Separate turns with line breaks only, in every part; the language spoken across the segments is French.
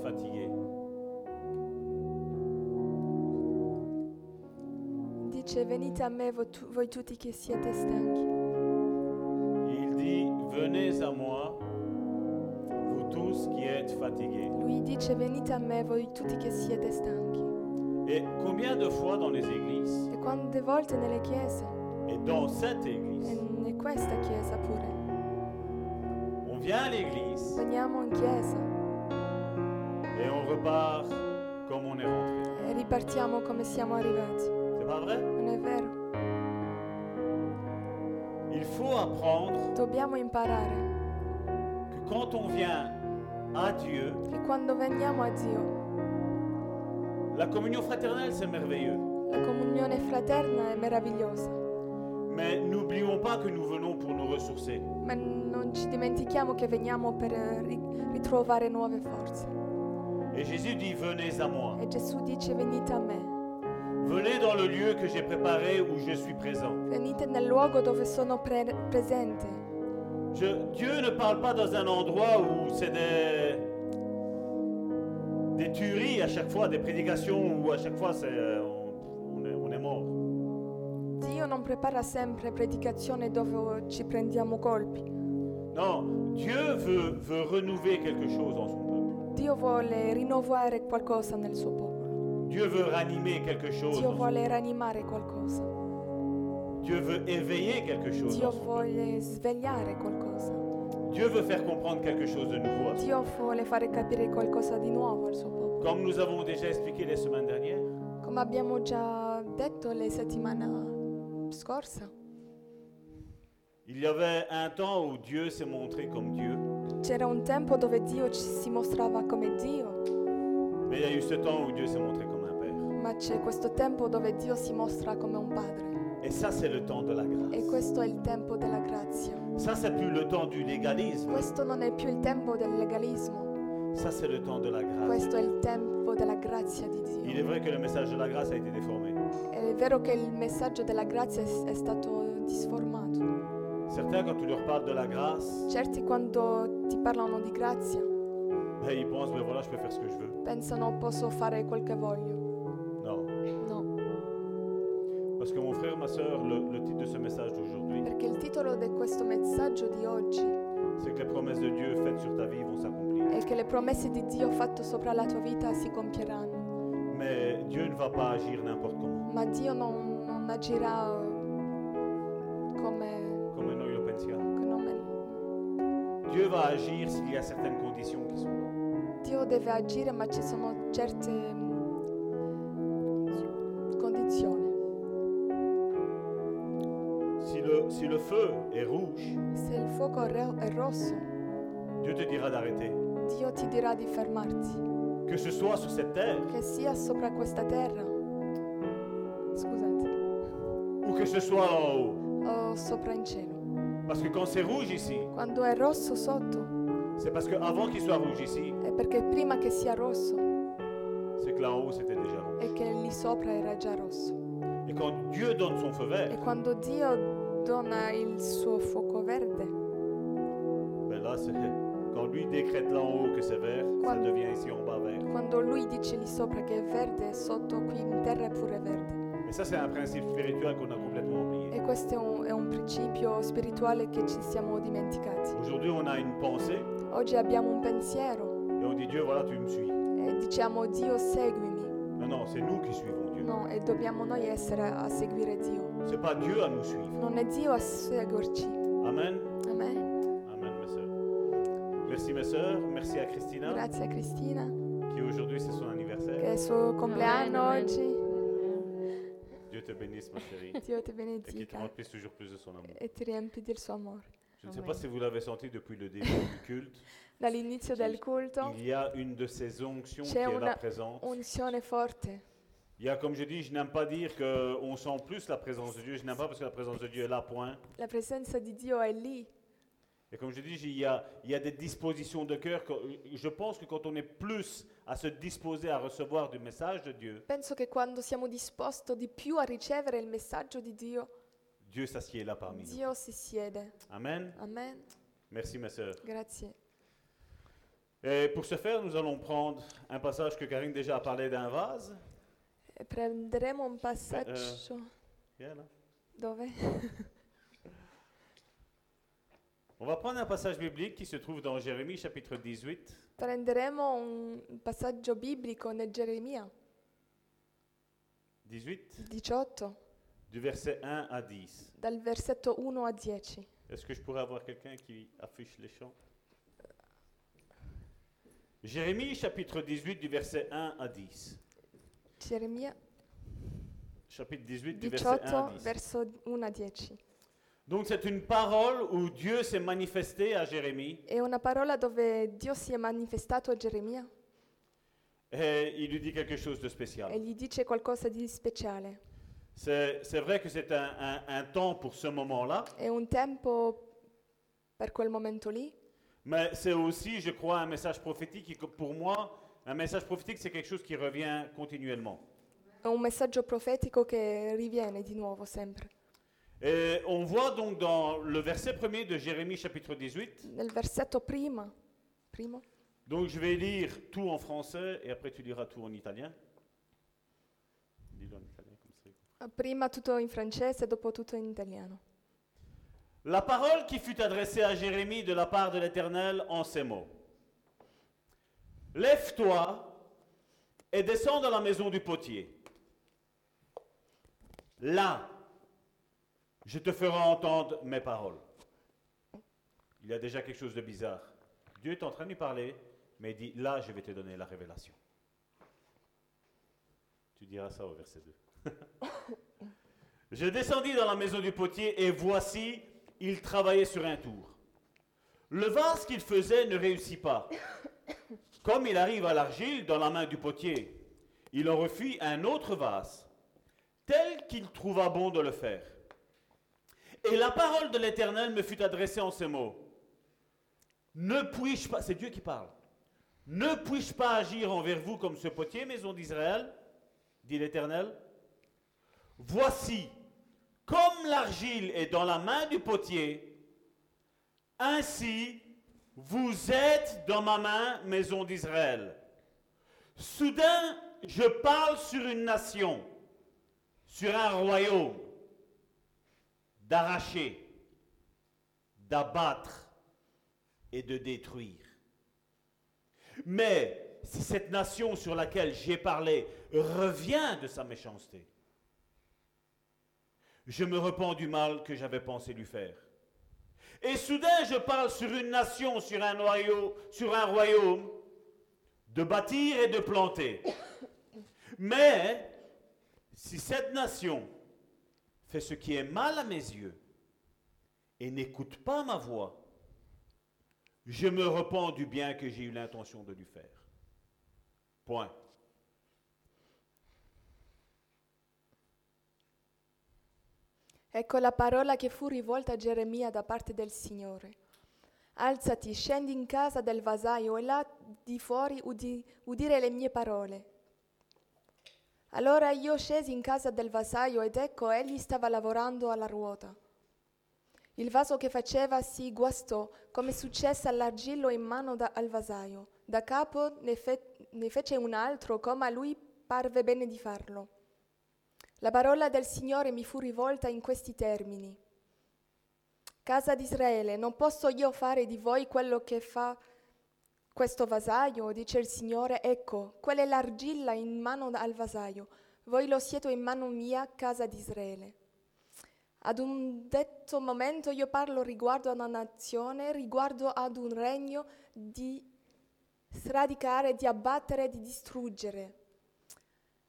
fatigué.
Dice venite a me vo- tu- voi tutti che siete stanchi
Il dit, venez à moi, vous tous qui êtes fatigués.
Lui dice venite a me voi tutti che siete stanchi.
Et combien de fois dans les églises,
E quante volte nelle chiese,
et dans cette
e
église,
in questa chiesa pure,
on vient à l'église
veniamo in chiesa
et on repart comme on est rentré.
e ripartiamo come siamo arrivati.
C'est pas vrai
Non è vero?
Il faut apprendre
Dobbiamo imparare
que quand on vient à Dieu,
che quando veniamo a Dio,
la communion fraternelle c'est merveilleux.
la comunione fraterna è meravigliosa,
Mais n'oublions pas que nous venons pour nous ressourcer.
ma non ci dimentichiamo che veniamo per eh, ri- ritrovare nuove forze.
Et Jésus dit, venez à moi.
E Gesù dice venite a me,
Venez dans le lieu que j'ai préparé où je suis présent.
venite nel luogo dove sono pre- presente.
Je- Dieu ne parle pas dans un endroit où c'est des, des tueries à chaque fois, des prédications où à chaque fois c'est, euh, on, on est, on est mort.
Dio non prepara sempre predicazione dove ci prendiamo colpi.
Non, Dieu veut, veut renouveler quelque chose dans son peuple.
Dio vuole rinnovare qualcosa nel suo popolo.
Dieu veut ranimer quelque chose.
Dio
dans son-
vuole ranimare qualcosa.
Dieu veut éveiller quelque chose.
Dio
dans son peuple.
vuole svegliare qualcosa.
Dieu veut faire comprendre quelque chose de nouveau. à son-
Dio vuole fare capire qualcosa di nuovo al suo popolo.
Comme nous avons déjà expliqué les semaines dernières,
Come abbiamo già detto la settimana scorsa,
il y avait un temps où Dieu s'est montré comme Dieu,
c'era un tempo dove Dio ci si mostrava come Dio,
mais il y a eu ce temps où Dieu s'est montré comme un père.
ma c'è questo tempo dove Dio si mostra come un padre.
Et ça, c'est le temps de la
E
grâce.
questo è il tempo della grazia.
Ça, c'est plus le temps du légalisme.
Questo non è più il tempo del legalismo.
Ça, c'est le temps de la grâce.
Questo è il tempo della grazia di
Il est
Dio.
vrai que le message de la grâce a été déformé.
È vero che il messaggio della grazia è è stato disformato.
Certains, quand tu leur parles de la grâce,
Certi quando ti parlano di grazia
ben, ils pensent, ben voilà, je peux faire ce que je veux.
pensano posso fare quel che voglio.
Non.
No,
Parce que mon frère, ma soeur, le, le titre de ce message d'aujourd'hui,
perché il titolo di questo messaggio di oggi
c'est que les promesses de Dieu faites sur ta vie vont s'accomplir.
è che le promesse di Dio fatte sopra la tua vita si compieranno,
Mais Dieu ne va pas agir n'importe comment.
ma Dio non, non agirà eh, come...
Comme noi lo pensiamo.
come-
Dieu va agir s'il y a certaines conditions qui sont là.
Dio deve agire, ma ci sono certe mm, condizioni.
Si le, si le feu est rouge,
Se il fuoco è ro- è rosso,
Dieu te dira d'arrêter.
Dio ti dirà di fermarti,
Que ce soit sur cette terre
che sia sopra questa terra, scusate,
ou que ce soit en haut.
o sopra in cielo.
Parce que quand c'est rouge ici,
Quando è rosso sotto,
c'est parce qu'avant qu'il soit rouge ici,
è perché prima che sia rosso
c'est que là en haut c'était déjà rouge.
è che lì sopra era già rosso.
Et quand Dieu donne son feu
E
vert,
quando Dio dona il suo fuoco verde,
ben là c'est quand lui décrète là en haut que c'est vert, ça
Quand-
devient ici en bas vert.
quando lui dice lì sopra che è verde, sotto qui in terra è pure verde.
Mais ça c'est un principe spirituel qu'on a complètement oublié.
E questo è un, è un principio spirituale che ci siamo dimenticati.
Aujourd'hui on a une pensée
Oggi abbiamo un pensiero
et on dit Dieu voilà tu me suis.
e diciamo Dio seguimi.
Non non c'est nous qui suivons Dieu.
No, e dobbiamo noi essere a seguire Dio.
C'est pas Dieu à nous suivre.
Non è Dio a seguirci.
Amen.
Amen.
Amen mes soeurs. Merci mes soeurs, merci à Christina
Grazie a Cristina,
qui aujourd'hui c'est son anniversaire.
che è il suo compleanno
Amen.
oggi.
Dieu te bénisse ma chérie
Dio ti
et qu'il te
benedica
remplisse toujours plus de son amour.
e ti riempi del suo amore.
Je ne sais
Amen.
pas si vous l'avez senti depuis le début du culte.
Dall'inizio del culto,
Il y a une de ces onctions qui
C'è
est là
una-
présente.
unzione forte.
Il y a, comme je dis, je n'aime pas dire qu'on sent plus la présence de Dieu. Je n'aime pas parce que la présence de Dieu est là, point.
La presenza di Dio è lì.
Et comme je dis, il y a, il y a des dispositions de cœur. que- Je pense que quand on est plus à se disposer à recevoir du message de Dieu,
Penso che quando siamo disposti di più a ricevere il messaggio di Dio,
Dieu s'assied là parmi nous.
Dio si siede.
Amen.
Amen.
Merci, mes sœurs.
Grazie.
Et pour ce faire, nous allons prendre un passage que Karine déjà a parlé d'un vase.
E Eh, prenderemo un passaggio.
Viens là.
Dove?
On va prendre un passage biblique qui se trouve dans Jérémie chapitre 18.
Prenderemo un passaggio biblico nel Geremia
18,
18,
du verset 1 à 10.
dal versetto 1 a 10.
Est-ce que je pourrais avoir quelqu'un qui affiche les chants Jérémie chapitre 18, du verset 1 à 10.
Geremia
Chapitre 18, du verset 1 à
18,
10.
verso 1 a 10.
Donc c'est une parole où Dieu s'est manifesté à Jérémie
È una parola dove Dio si è manifestato a Geremia
et il lui dit quelque chose de
e
spécial.
gli dice qualcosa di speciale.
C'est c'est vrai que c'est un, un- un temps pour ce moment-là,
È un tempo per quel momento lì,
mais c'est aussi, je crois, un message prophétique. Et que pour moi, un message prophétique, c'est quelque chose qui revient continuellement.
è un messaggio profetico che riviene di nuovo sempre.
Et on voit donc dans le verset premier de Jérémie chapitre 18,
Nel versetto prima, primo,
donc je vais lire tout en français et après tu liras tout en italien. Dis-le en italien comme ça.
prima tutto in francese, dopo tutto in italiano.
La parole qui fut adressée à Jérémie de la part de l'Éternel en ces mots. Lève-toi et descends dans la maison du potier. Là, je te ferai entendre mes paroles. Il y a déjà quelque chose de bizarre. Dieu est en train de lui parler, mais il dit, là, je vais te donner la révélation. Tu diras ça au verset 2. Je descendis dans la maison du potier et voici, il travaillait sur un tour. Le vase qu'il faisait ne réussit pas. Comme il arrive à l'argile dans la main du potier, il en refit un autre vase, tel qu'il trouva bon de le faire. Et la parole de l'Éternel me fut adressée en ces mots. Ne puis-je pas, c'est Dieu qui parle, ne puis-je pas agir envers vous comme ce potier, maison d'Israël, dit l'Éternel. Voici, comme l'argile est dans la main du potier, ainsi vous êtes dans ma main, maison d'Israël. Soudain, je parle sur une nation, sur un royaume, d'arracher, d'abattre et de détruire. Mais si cette nation sur laquelle j'ai parlé revient de sa méchanceté, je me repens du mal que j'avais pensé lui faire. Et soudain, je parle sur une nation, sur un, noyau- sur un royaume, de bâtir et de planter. Mais si cette nation fait ce qui est mal à mes yeux et n'écoute pas ma voix, je me repens du bien que j'ai eu l'intention de lui faire. Point.
Ecco la parola che fu rivolta a Geremia da parte del Signore. Alzati, scendi in casa del vasaio e là di fuori udi- udire le mie parole. Allora io scesi in casa del vasaio ed ecco egli stava lavorando alla ruota. Il vaso che faceva si guastò, come successe all'argillo in mano da- al vasaio. Da capo ne fe- ne fece un altro, come a lui parve bene di farlo. La parola del Signore mi fu rivolta in questi termini. Casa di Israele, non posso io fare di voi quello che fa questo vasaio, dice il Signore, ecco, quella è l'argilla in mano al vasaio, voi lo siete in mano mia, casa di Israele. Ad un detto momento io parlo riguardo a una nazione, riguardo ad un regno di sradicare, di abbattere, di distruggere.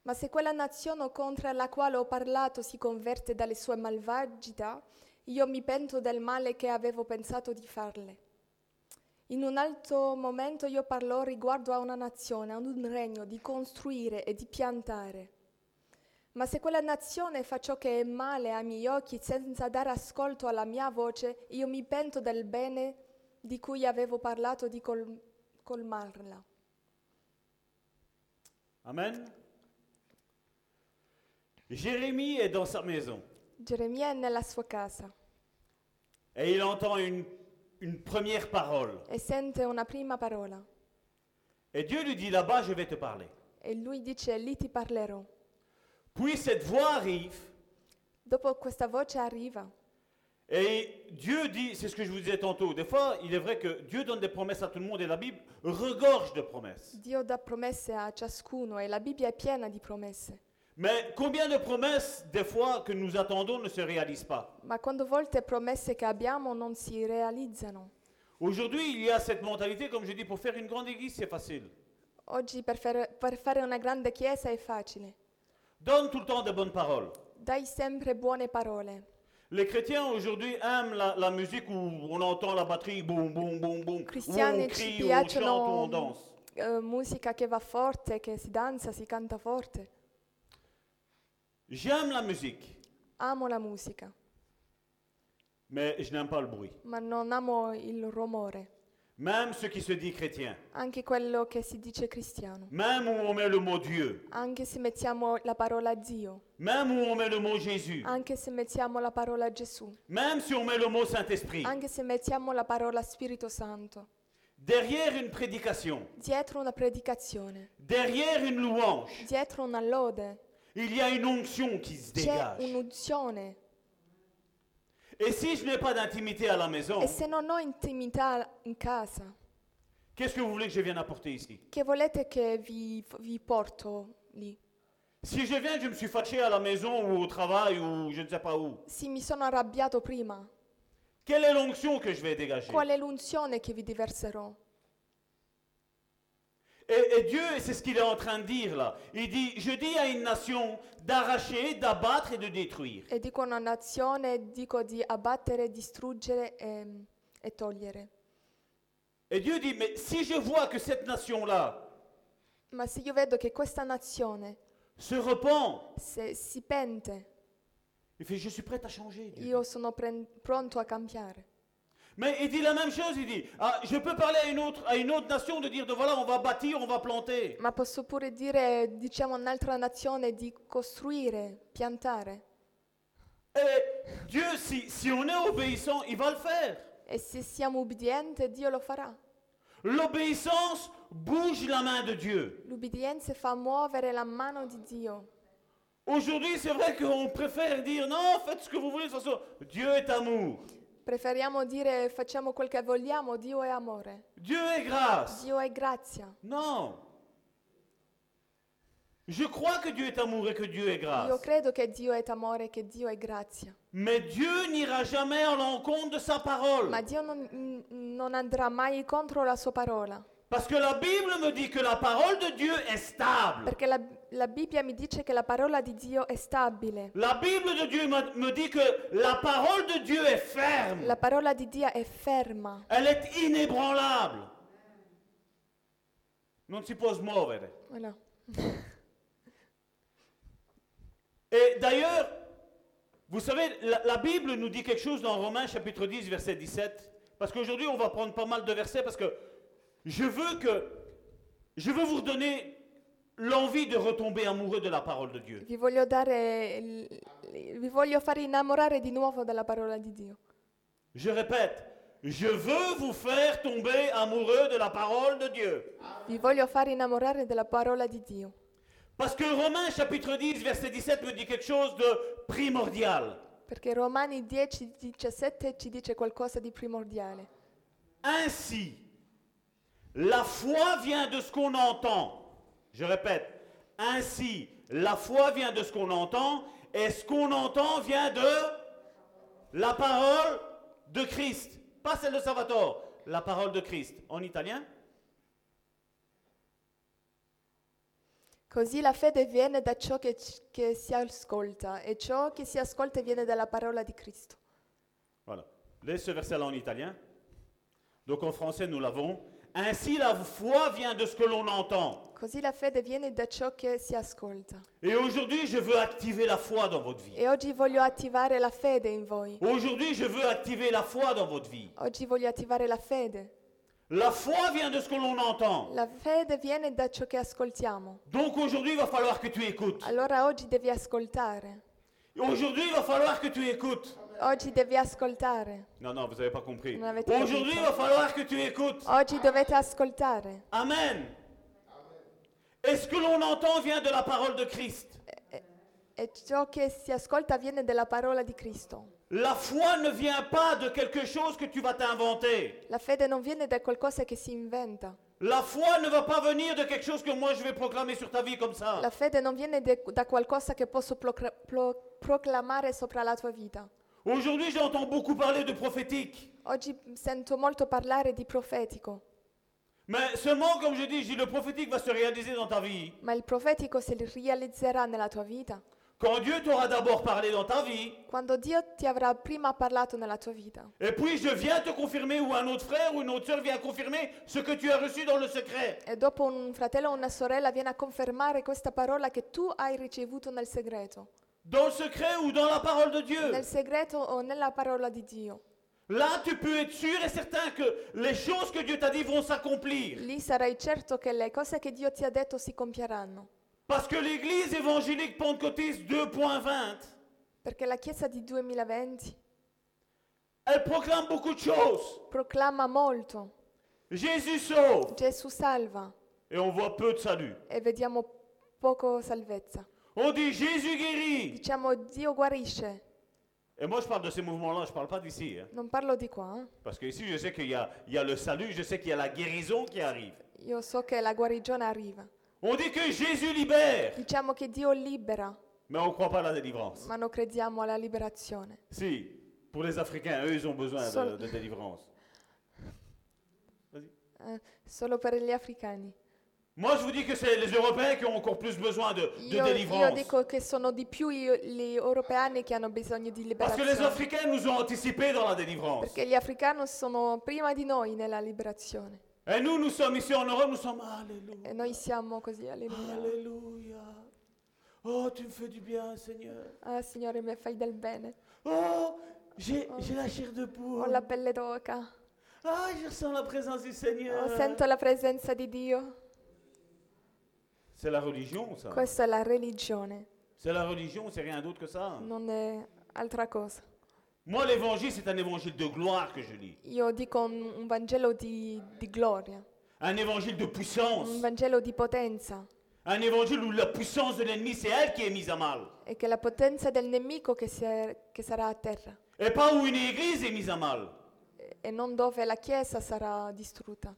Ma se quella nazione contro la quale ho parlato si converte dalle sue malvagità, io mi pento del male che avevo pensato di farle. In un altro momento io parlò riguardo a una nazione, ad un regno, di costruire e di piantare. Ma se quella nazione fa ciò che è male ai miei occhi senza dare ascolto alla mia voce, io mi pento del bene di cui avevo parlato di col- colmarla.
Amen. Jérémie est dans sa maison
Geremia è nella sua casa
et il entend une, une première parole.
e sente una prima parola.
Et Dieu lui dit là-bas, je vais te parler.
e lui dice lì ti parlerò.
Puis cette voix arrive
Dopo questa voce arriva
et Dieu dit, c'est ce que je vous disais tantôt, des fois il est vrai que Dieu donne des promesses à tout le monde et la Bible regorge de promesses.
Dio dà promesse a ciascuno e la Bibbia è piena di promesse.
Mais combien de promesses des fois que nous attendons ne se réalisent pas
Ma quando volte promesse che abbiamo non si realizzano.
Aujourd'hui il y a cette mentalité, comme je dis, pour faire une grande église c'est facile.
Oggi per, fer- per fare una grande chiesa è facile.
Donne tout le temps des bonnes paroles.
Dai sempre buone parole.
Les chrétiens aujourd'hui aiment la, la musique où on entend la batterie, boum, boum, boum, boum, où on
Cristiani ci
crie, où on chante, où on
piacciono
danse.
eh, musica che va forte, che si danza, si canta forte.
J'aime la musique,
Amo la musica,
mais je n'aime pas le bruit.
ma non amo il rumore.
Même ce qui se dit chrétien,
Anche quello che si dice cristiano.
même où on met le mot Dieu,
Anche se mettiamo la parola Dio,
même où on met le mot Jésus,
anche se mettiamo la parola Gesù,
même si on met le mot Saint-Esprit,
anche se mettiamo la parola Spirito Santo.
derrière une prédication,
Dietro una predicazione,
derrière une louange,
dietro una lode,
il y a une onction qui se
c'è
dégage.
un'unzione.
Et si je n'ai pas d'intimité à la maison,
E se non ho intimità in casa,
qu'est-ce que vous voulez que je vienne apporter ici
che volete che vi, vi porto lì?
Si je viens, que je me suis fâché à la maison ou au travail ou je ne sais pas où.
Sì, mi sono arrabbiato prima.
Quelle est l'onction que je vais dégager
Qual è l'unzione che vi diverserò?
Et, et Dieu, c'est ce qu'il est en train de dire là. Il dit, je dis à une nation d'arracher, d'abattre et de détruire.
E dico una nazione, dico di abbattere, distruggere e, e togliere.
Et Dieu dit, mais si je vois que cette nation-là
Ma se io vedo che questa nazione
se repent,
se si pente,
il fait, je suis prêt à changer. Dieu.
io sono pren- pronto a cambiare.
Mais il dit la même chose, il dit, Ah, je peux parler à une, autre, à une autre nation de dire, de voilà, on va bâtir, on va planter.
Ma posso pure dire, diciamo, a un'altra nazione di costruire, piantare.
Et Dieu, si, si on est obéissant, il va le faire.
E se siamo ubbidienti, Dio lo farà.
L'obéissance bouge la main de Dieu.
L'ubbidienza fa muovere la mano di Dio.
Aujourd'hui, c'est vrai qu'on préfère dire non, faites ce que vous voulez, de toute façon, Dieu est amour,
Preferiamo dire facciamo quel che vogliamo, Dio è amore,
Dieu est grâce.
Dio è grazia.
Non. Je crois que Dieu est amour et que Dieu est
Io
grâce.
credo che Dio è amore, che Dio è grazia.
Mais Dieu n'ira jamais à l'encontre de sa parole.
Ma Dio non, n- non andrà mai contro la sua parola,
Parce que la Bible me dit que la parole de Dieu est stable.
perché la, la Bibbia mi dice che la parola di Dio è stabile,
La Bible de Dieu me me dit que la parole de Dieu est ferme.
la parola di Dio è ferma,
Elle est inébranlable. Non si può smuovere.
Voilà.
Et d'ailleurs, vous savez, la, la Bible nous dit quelque chose dans Romains chapitre 10, verset 17. Parce qu'aujourd'hui, on va prendre pas mal de versets parce que je veux que je veux vous donner l'envie de retomber amoureux de la parole de Dieu.
vi voglio dare, il- vi voglio far innamorare di nuovo della parola di Dio.
Je répète, je veux vous faire tomber amoureux de la parole de Dieu.
Vi voglio far innamorare della parola di Dio.
Parce que Romains chapitre 10, verset 17 me dit quelque chose de primordial.
Perché Romani 10, 17 ci dice qualcosa di primordiale.
Ainsi, la foi vient de ce qu'on entend. Je répète, ainsi, la foi vient de ce qu'on entend, et ce qu'on entend vient de la parole de Christ. Pas celle de Salvatore, la parole de Christ. En italien
Così la fede viene da ciò che, ci- che si ascolta e ciò che si ascolta viene dalla parola di Cristo.
Voilà. Laisse ce verset-là en italien. Donc en français, nous l'avons. Ainsi, la foi vient de ce que l'on entend.
Così la fede viene da ciò che si ascolta.
Et aujourd'hui, je veux activer la foi dans votre vie.
E oggi voglio attivare la fede in voi.
Aujourd'hui, je veux activer la foi dans votre vie.
Oggi voglio attivare la fede.
La foi vient de ce que l'on entend.
La fede viene da ciò che ascoltiamo.
Donc aujourd'hui, il va falloir que tu écoutes.
Allora oggi devi ascoltare.
Aujourd'hui, il va falloir que tu écoutes.
Oggi devi ascoltare.
Non, non, vous n'avez pas compris.
Non, mais t'as
Aujourd'hui,
compris.
il va falloir que tu écoutes.
Oggi dovete ascoltare.
Amen. Et ce que l'on entend vient de la parole de Christ.
E ciò che si ascolta viene dalla parola di Cristo.
La foi ne vient pas de quelque chose que tu vas t'inventer.
La fede non viene da qualcosa che si inventa.
La foi ne va pas venir de quelque chose que moi je vais proclamer sur ta vie comme ça.
La fede non viene de- da qualcosa che posso procra- pro- proclamare sopra la tua vita.
Aujourd'hui, j'entends beaucoup parler de prophétique.
Oggi sento molto parlare di profetico,
Mais seulement, comme je dis, je dis, le prophétique va se réaliser dans ta vie.
ma il profetico si realizzerà nella tua vita
Quand Dieu t'aura d'abord parlé dans ta vie,
quando Dio ti avrà prima parlato nella tua vita.
et puis je viens te confirmer, ou un autre frère ou une autre sœur vient confirmer ce que tu as reçu dans le secret.
E dopo un fratello o una sorella viene a confermare questa parola che tu hai ricevuto nel segreto.
Dans le secret ou dans la parole de Dieu.
Nel segreto o nella parola di Dio.
Là, tu peux être sûr et certain que les choses que Dieu t'a dit vont s'accomplir.
Lì sarai certo che le cose che Dio ti ha detto si compieranno.
Parce que l'église évangélique pentecôtiste 2.20,
Perché la Chiesa di 2020
elle proclame beaucoup de choses.
proclama molto.
Jésus sauve.
Gesù salva
Et on voit peu de salut.
e vediamo poco salvezza.
On dit Jésus guérit.
Diciamo Dio guarisce.
Et moi, je parle de ces mouvements-là, je ne parle pas d'ici. hein.
Non parlo di qua. eh.
Parce qu'ici, je sais qu'il y a, il y a le salut, je sais qu'il y a la guérison qui arrive.
Io so che la guarigione arriva.
On dit que Jésus libère.
Diciamo che Dio libera,
Mais on ne croit pas à la délivrance.
ma non crediamo alla liberazione.
Si, pour les Africains, eux, ils ont besoin de,
Sol-
de délivrance.
Eh, solo per gli africani.
Moi, je vous dis que c'est les Européens qui ont encore plus besoin de, de
Io, io
délivrance.
dico che sono di più io- gli europeani che hanno bisogno di
Parce que les
liberazione.
Africains nous ont anticipé dans la délivrance.
Perché gli africani sono prima di noi nella liberazione.
Et nous, nous sommes ici en Europe, nous sommes Alléluia.
E noi siamo così, alleluia.
Alléluia. Oh, tu me fais du bien, Seigneur.
Ah, Signore, mi fai del bene.
Oh, j'ai j'ai la chair de poule.
Ho Oh, la pelle d'oca.
Ah, je ressens la présence du Seigneur.
Oh, sento la presenza di Dio.
C'est la religion, ça.
Questa è la religione,
C'est la religion, c'est rien d'autre que ça.
non è altra cosa.
Moi, l'évangile, c'est un évangile de gloire que je lis.
Io dico un, un Vangelo di, di gloria,
Un évangile de puissance.
un Vangelo di potenza.
Un évangile où la puissance de l'ennemi, c'est elle qui est mise à mal.
E che la potenza del nemico che, si è- che sarà a terra
Et pas où une église est mise à mal.
e e non dove la Chiesa sarà distrutta,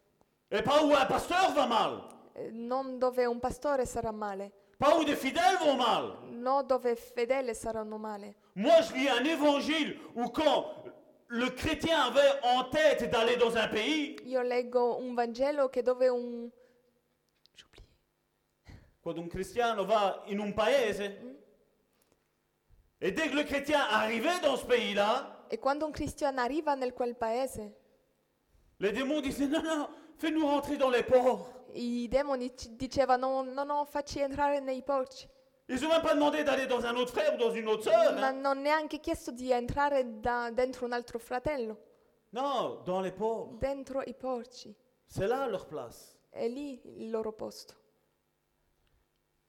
Et pas où un pasteur va mal.
e non dove un pastore sarà male,
Pas où des fidèles vont mal.
non dove fedele saranno male.
Moi, je lis un évangile où quand le chrétien avait en tête d'aller dans un pays...
Io leggo un Vangelo che dove un...
Quando un cristiano va in un paese e dès que le chrétien arrivait dans ce pays-là,
E quando un cristiano arriva nel quel paese,
les démons disaient non, non, fais-nous rentrer dans les ports.
i demoni ci dicevano no, no, facci entrare nei porci.
Ils n'ont même pas demandé d'aller dans un autre frère ou dans une autre sœur.
Ma
hein.
non neanche chiesto di entrare da- dentro un altro fratello,
Non, dans les ports.
dentro i porci.
C'est là leur place.
È lì il loro posto.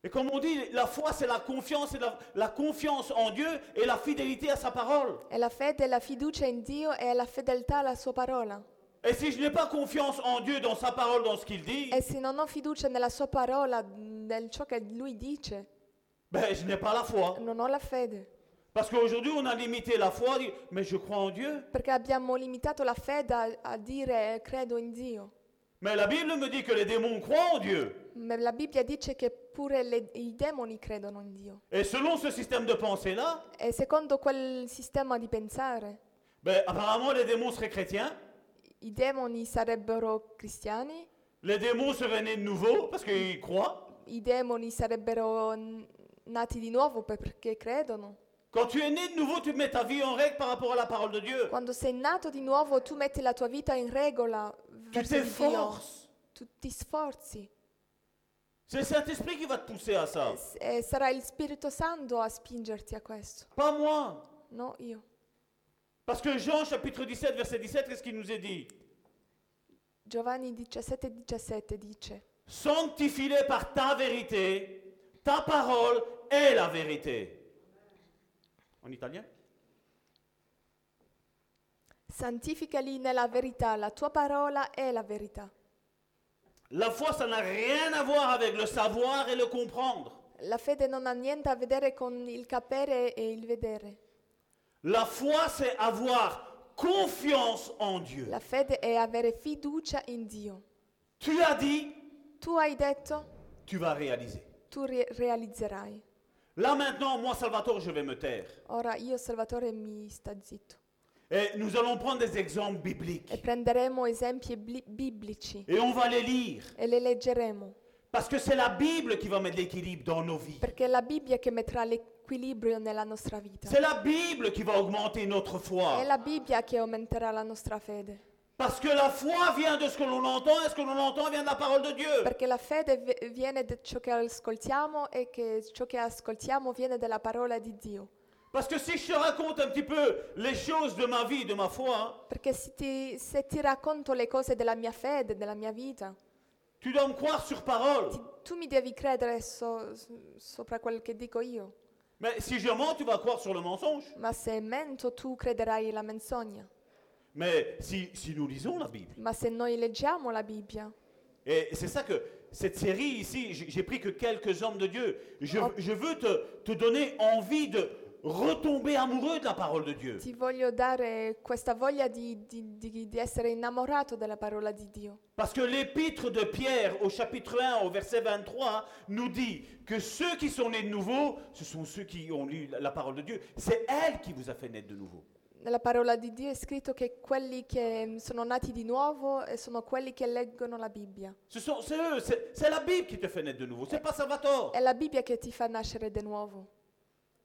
Et comme on dit, la foi, c'est la confiance, et la, la confiance en Dieu et la fidélité à sa parole.
È la fede, la fiducia in Dio e la fedeltà alla sua parola.
Et si je n'ai pas confiance en Dieu, dans sa parole, dans ce qu'il dit,
E se non ho fiducia nella sua parola, nel ciò che lui dice,
ben, je n'ai pas la foi.
non ho la fede.
Parce qu'aujourd'hui, on a limité la foi, on dit, mais je crois en Dieu.
Perché abbiamo limitato la fede a, a dire eh, credo in Dio.
Mais la Bible me dit que les démons croient en Dieu.
Ma la Bibbia dice che pure le- i demoni credono in Dio.
Et selon ce système de pensée-là,
E secondo quel sistema di pensare,
ben, apparemment les démons seraient chrétiens,
i demoni sarebbero cristiani,
les démons seraient nés de nouveau parce qu'ils croient.
i demoni sarebbero n- nati di nuovo per- perché credono.
Quand tu es né de nouveau, tu mets ta vie en règle par rapport à la parole de Dieu.
Quando sei nato di nuovo, tu metti la tua vita in regola
Tu
verso il Dio.
t'efforces.
Tu ti sforzi.
C'est le Saint-Esprit qui va te pousser à ça.
S- eh, sarà il Spirito Santo a spingerti a questo,
Pas moi.
no io.
Parce que Jean chapitre 17, verset 17, qu'est-ce qu'il nous est dit
Giovanni 17, 17 dice,
Sanctifie-les par ta vérité. Ta parole est la vérité. En italien
santificali nella verità, la tua parola è la verità.
La foi, ça n'a rien à voir avec le savoir et le comprendre.
La fede non ha niente a vedere con il capere e il vedere.
La foi, c'est avoir confiance en Dieu.
La fede è avere fiducia in Dio.
Tu as dit,
Tu hai detto,
tu vas réaliser.
tu ri- realizzerai.
Là maintenant, moi, Salvatore, je vais me taire.
Ora io, Salvatore, mi sta zitto.
Et nous allons prendre des exemples bibliques.
E prenderemo esempi bli- biblici
Et on va les lire.
e le leggeremo,
Parce que c'est la Bible qui va mettre l'équilibre dans nos vies.
perché è la Bibbia che metterà l'equilibrio nella nostra vita.
C'est la Bible qui va augmenter notre foi.
È la Bibbia che aumenterà la nostra fede,
Parce que la foi vient de ce que l'on entend et ce que l'on entend vient de la parole de Dieu.
perché la fede v- viene da ciò che ascoltiamo e che ciò che ascoltiamo viene dalla parola di Dio.
Parce que si je te raconte un petit peu les choses de ma vie, de ma foi,
Perché se ti, se ti racconto le cose della mia fede, della mia vita,
tu dois me croire sur parole.
ti- tu mi devi credere so- s- sopra quel che dico io,
Mais si je mens, tu vas croire sur le mensonge.
ma se mento tu crederai la menzogna.
Mais si, si nous lisons la Bible.
Ma se noi leggiamo la Bibbia,
Et c'est ça que cette série ici, j- j'ai pris que quelques hommes de Dieu. Je,
Oh.
je veux te, te donner envie de retomber amoureux de la parole de Dieu.
ti voglio dare questa voglia di, di- di- di essere innamorato della parola di Dio.
Parce que l'épître de Pierre au chapitre 1 au verset 23 nous dit que ceux qui sont nés de nouveau, ce sont ceux qui ont lu la- la parole de Dieu. C'est elle qui vous a fait naître de nouveau.
Nella parola di Dio è scritto che quelli che mm, sono nati di nuovo eh, sono quelli che leggono la Bibbia.
Ce sont, c'est eux, c'est, c'est la Bible qui te fait naître de nouveau, c'est pas Salvatore.
È la Bibbia che ti fa nascere di nuovo.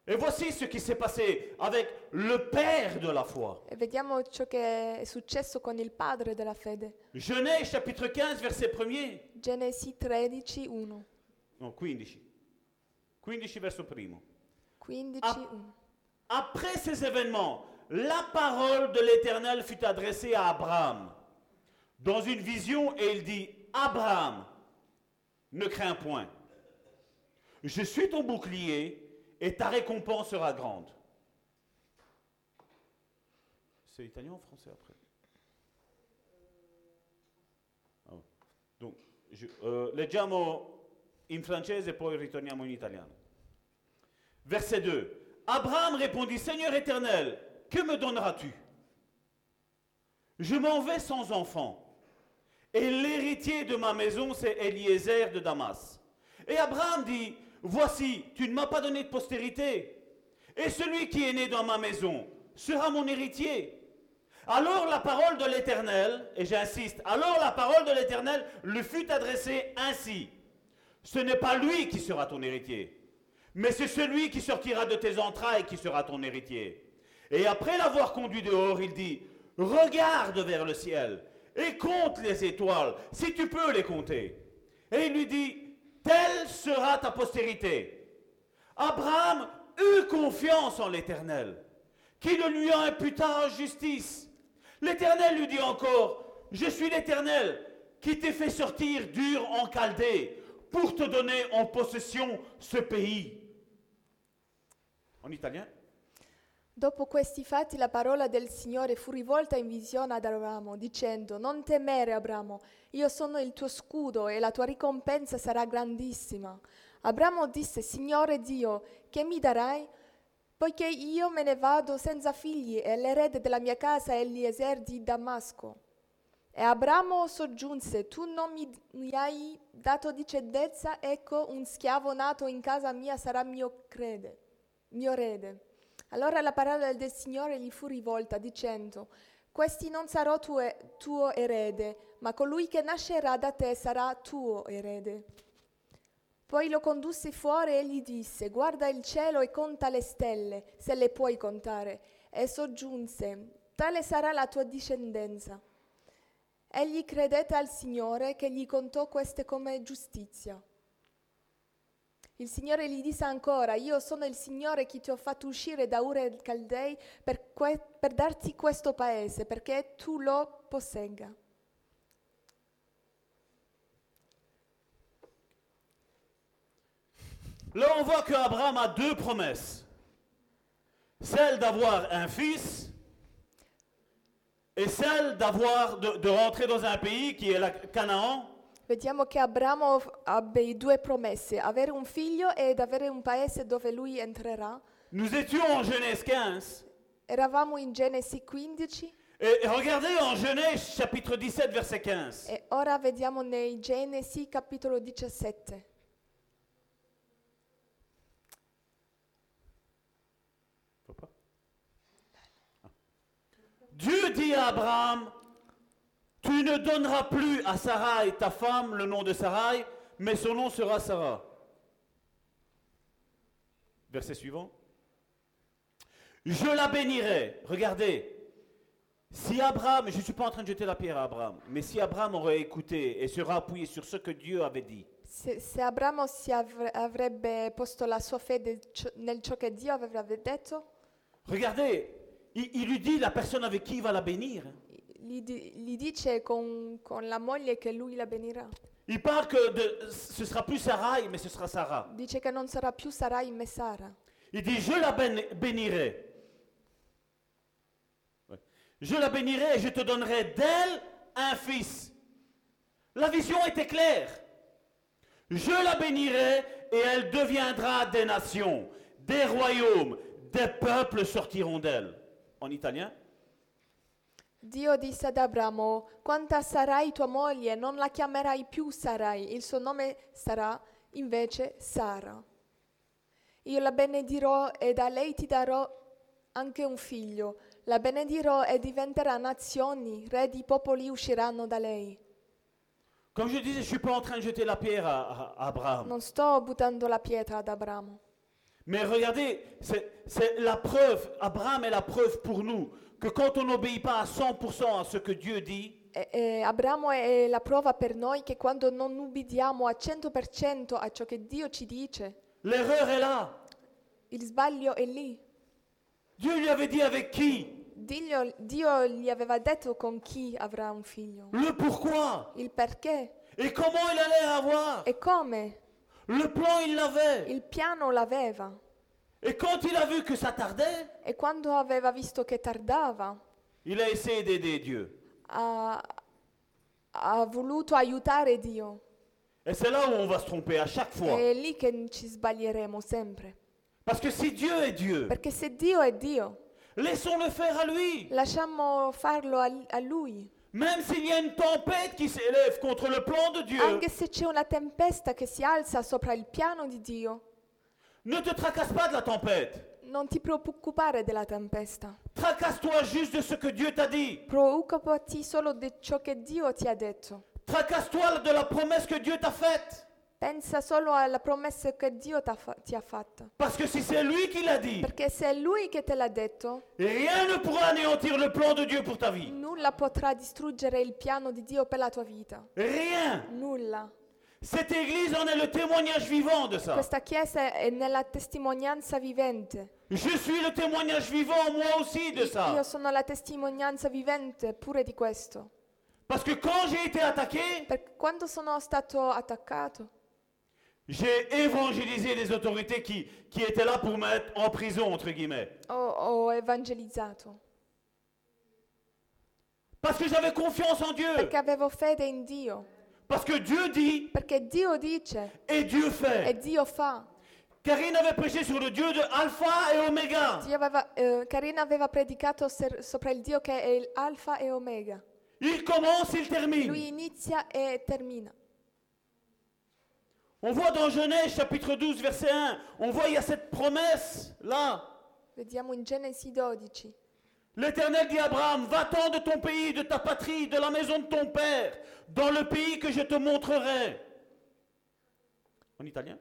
Et voici ce qui s'est passé avec le père de la foi.
E vediamo ciò che è successo con il padre della fede.
Genèse chapitre 15 verset 1er.
Genesi 13, 1.
No, 15. 15 verso primo.
15,
Ah.
1.
Après ces événements, la parole de l'Éternel fut adressée à Abraham dans une vision et il dit, Abraham, ne crains point. Je suis ton bouclier et ta récompense sera grande. C'est italien ou français après Ah ouais. Donc, je, euh, leggiamo in francese e poi ritorniamo in italiano. Verset 2. Abraham répondit, Seigneur éternel, que me donneras-tu Je m'en vais sans enfant. Et l'héritier de ma maison, c'est Eliezer de Damas. Et Abraham dit, voici, tu ne m'as pas donné de postérité. Et celui qui est né dans ma maison sera mon héritier. Alors la parole de l'Éternel, et j'insiste, alors la parole de l'Éternel lui fut adressée ainsi. Ce n'est pas lui qui sera ton héritier, mais c'est celui qui sortira de tes entrailles qui sera ton héritier. Et après l'avoir conduit dehors, il dit, regarde vers le ciel et compte les étoiles, si tu peux les compter. Et il lui dit, telle sera ta postérité. Abraham eut confiance en l'Éternel, qui le lui imputa en justice. L'Éternel lui dit encore, je suis l'Éternel qui t'ai fait sortir d'Ur en Chaldée pour te donner en possession ce pays. En italien
Dopo questi fatti la parola del Signore fu rivolta in visione ad Abramo, dicendo, Non temere, Abramo, io sono il tuo scudo e la tua ricompensa sarà grandissima. Abramo disse, Signore Dio, che mi darai? Poiché io me ne vado senza figli e l'erede della mia casa è Eliezer di Damasco. E Abramo soggiunse, Tu non mi, mi hai dato discendenza, ecco un schiavo nato in casa mia sarà mio crede, mio rede. Allora la parola del Signore gli fu rivolta, dicendo, Questi non sarò tue- tuo erede, ma colui che nascerà da te sarà tuo erede. Poi lo condusse fuori e gli disse, guarda il cielo e conta le stelle, se le puoi contare. E soggiunse, tale sarà la tua discendenza. Egli credette al Signore che gli contò queste come giustizia. Il Signore gli disse ancora, io sono il Signore che ti ho fatto uscire da Ure e Caldei per, que- per darti questo paese, perché tu lo possegga.
Là, on voit que Abraham a deux promesses. Celle d'avoir un fils et celle d'avoir de, de rentrer dans un pays qui est la Canaan
Vediamo che Abramo f- ebbe i due promesse, avere un figlio ed avere un paese dove lui entrerà.
Nous étions en Genèse 15.
Eravamo in Genesi 15
Et et regardez en Genèse chapitre 17, verset 15.
e ora vediamo nei Genesi capitolo 17.
Faut pas. Ah. Dieu dit à Abraham, tu ne donneras plus à Sarai, ta femme, le nom de Sarai, mais son nom sera Sarah. Verset suivant. Je la bénirai. Regardez. Si Abraham, je ne suis pas en train de jeter la pierre à Abraham, mais si Abraham aurait écouté et se appuyé sur ce que Dieu avait dit,
Se, se Abramo si avre- avrebbe posto la sua fede cio- nel ciò che Dio aveva detto,
regardez, il, il lui dit la personne avec qui il va la bénir.
gli, di- gli dice con, con la moglie che lui la benirà.
Il parle que de, ce sera plus Sarai, mais ce sera Sarah.
Dice che non sarà più Sarai ma Sara.
Il dit, je la bén- bénirai. Ouais. Je la bénirai et je te donnerai d'elle un fils. La vision était claire. Je la bénirai et elle deviendra des nations, des royaumes, des peuples sortiront d'elle. En italien,
Dio disse ad Abramo, quanta sarai tua moglie, non la chiamerai più Sarai, il suo nome sarà invece Sara. Io la benedirò e da lei ti darò anche un figlio. La benedirò e diventerà nazioni, re di popoli usciranno da lei.
comme je disais, je ne suis pas en train de jeter la pierre à- à- à Abraham.
Non sto buttando la pietra ad Abramo,
Mais regardez, c'est c'est la preuve, Abraham est la preuve pour nous que quand on n'obéit pas à 100% à ce que Dieu dit,
E- e Eh, Abramo è la prova per noi che quando non ubbidiamo al 100% a ciò che Dio ci dice,
l'erreur est là.
il sbaglio è lì.
Dieu lui avait dit avec qui,
Dio, Dio gli aveva detto con chi avrà un figlio,
le pourquoi
il perché
et comment il allait avoir.
e come.
Le plan, il l'avait.
Il piano l'aveva
Et quand il a vu que ça tardait,
e quando aveva visto che tardava
il a essayé d'aider Dieu.
ha, ha voluto aiutare Dio.
Et c'est là où on va se tromper à chaque fois.
È lì che ci sbaglieremo sempre.
Parce que si Dieu est Dieu,
Perché se Dio è Dio,
laissons-le faire à lui.
lasciamo farlo a, a Lui.
Même s'il y a une tempête qui s'élève contre le plan de Dieu,
Anche se c'è una tempesta che si alza sopra il piano di Dio,
ne te tracasse pas de la tempête.
non ti preoccupare della tempesta.
Tracasse-toi juste de ce que Dieu t'a dit.
Preoccupati solo di ciò che Dio ti ha detto.
Tracasse-toi de la promesse que Dieu t'a faite.
Pensa solo alla promessa che Dio t'ha fa- ti ha fatto.
Parce que si c'est lui qui l'a dit,
Perché se è Lui che te l'ha detto,
rien ne pourra anéantir le plan de Dieu pour ta vie.
nulla potrà distruggere il piano di Dio per la tua vita.
Rien.
Nulla.
Cette église en est le témoignage vivant de ça.
Questa chiesa è nella testimonianza vivente.
Je suis le témoignage vivant moi aussi de
Io
ça.
sono la testimonianza vivente pure di questo.
Parce que quand j'ai été attaqué,
Perché quando sono stato attaccato,
j'ai évangélisé les autorités qui, qui étaient là pour me mettre en prison, entre guillemets.
ho, ho evangelizzato.
Parce que j'avais confiance en Dieu.
Perché avevo fede in Dio.
Parce que Dieu dit
Perché Dio dice
et Dieu
e
fait.
Dio fa.
Karine avait prêché sur le Dieu de Alpha et Oméga.
Dio aveva- eh, Karina aveva predicato ser- sopra il Dio che è il Alfa e Omega.
Il commence, il
Lui
termine.
inizia e termina.
On voit dans Genèse chapitre 12 verset 1, on voit il y a cette promesse là.
Vediamo in Genesi 12.
L'Éternel dit à Abraham, va-t'en de ton pays, de ta patrie, de la maison de ton père, dans le pays que je te montrerai. En italien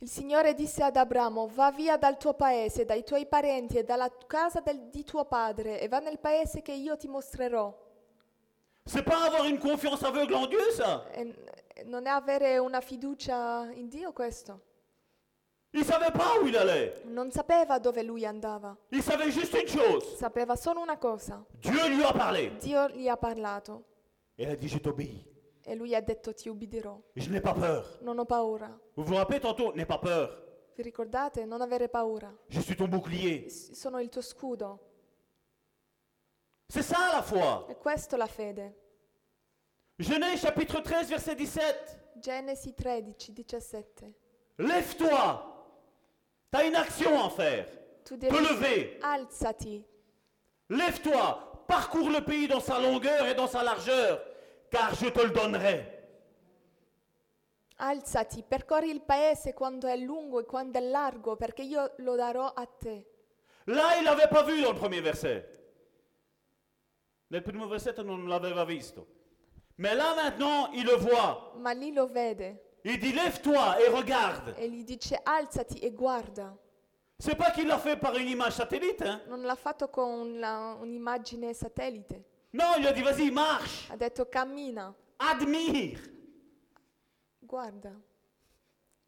Il Signore disse ad Abramo, va via dal tuo paese, dai tuoi parenti e dalla tu- casa del- di tuo padre e va nel paese che io ti mostrerò.
C'est pas avoir une confiance aveugle en Dieu, ça.
E- e non è avere una fiducia in Dio questo.
Il savait pas où il allait.
Non sapeva dove lui andava,
Il savait juste une chose.
sapeva solo una cosa.
Dieu lui a parlé.
Dio gli ha parlato
Et il a dit, je t'obéis.
e lui ha detto ti ubbidirò,
Je n'ai pas peur.
non ho paura.
Vous vous rappelez tantôt, n'aie pas peur.
Vi ricordate? Non avere paura.
Je suis ton bouclier.
S- Sono il tuo scudo.
C'est ça la foi.
E questo la fede.
Genèse chapitre 13, verset 17.
Genesi 13, 17.
Lève-toi. T'as une action à faire.
Tu
Te lever.
Alzati,
Lève-toi. Parcours le pays dans sa longueur et dans sa largeur, car je te le donnerai.
alzati, percorri il paese quando è lungo e quando è largo, perché io lo darò a te.
Là, il l'avait pas vu dans le premier verset. Nel primo versetto non l'aveva visto. Mais là maintenant, il le voit.
Ma lì lo vede
Il dit lève-toi et regarde.
e gli dice alzati e guarda.
C'est pas qu'il l'a fait par une image satellite. hein.
Non l'ha fatto con la- un'immagine satellite,
Non, il a dit vas-y, marche,
ha detto cammina,
admire,
guarda,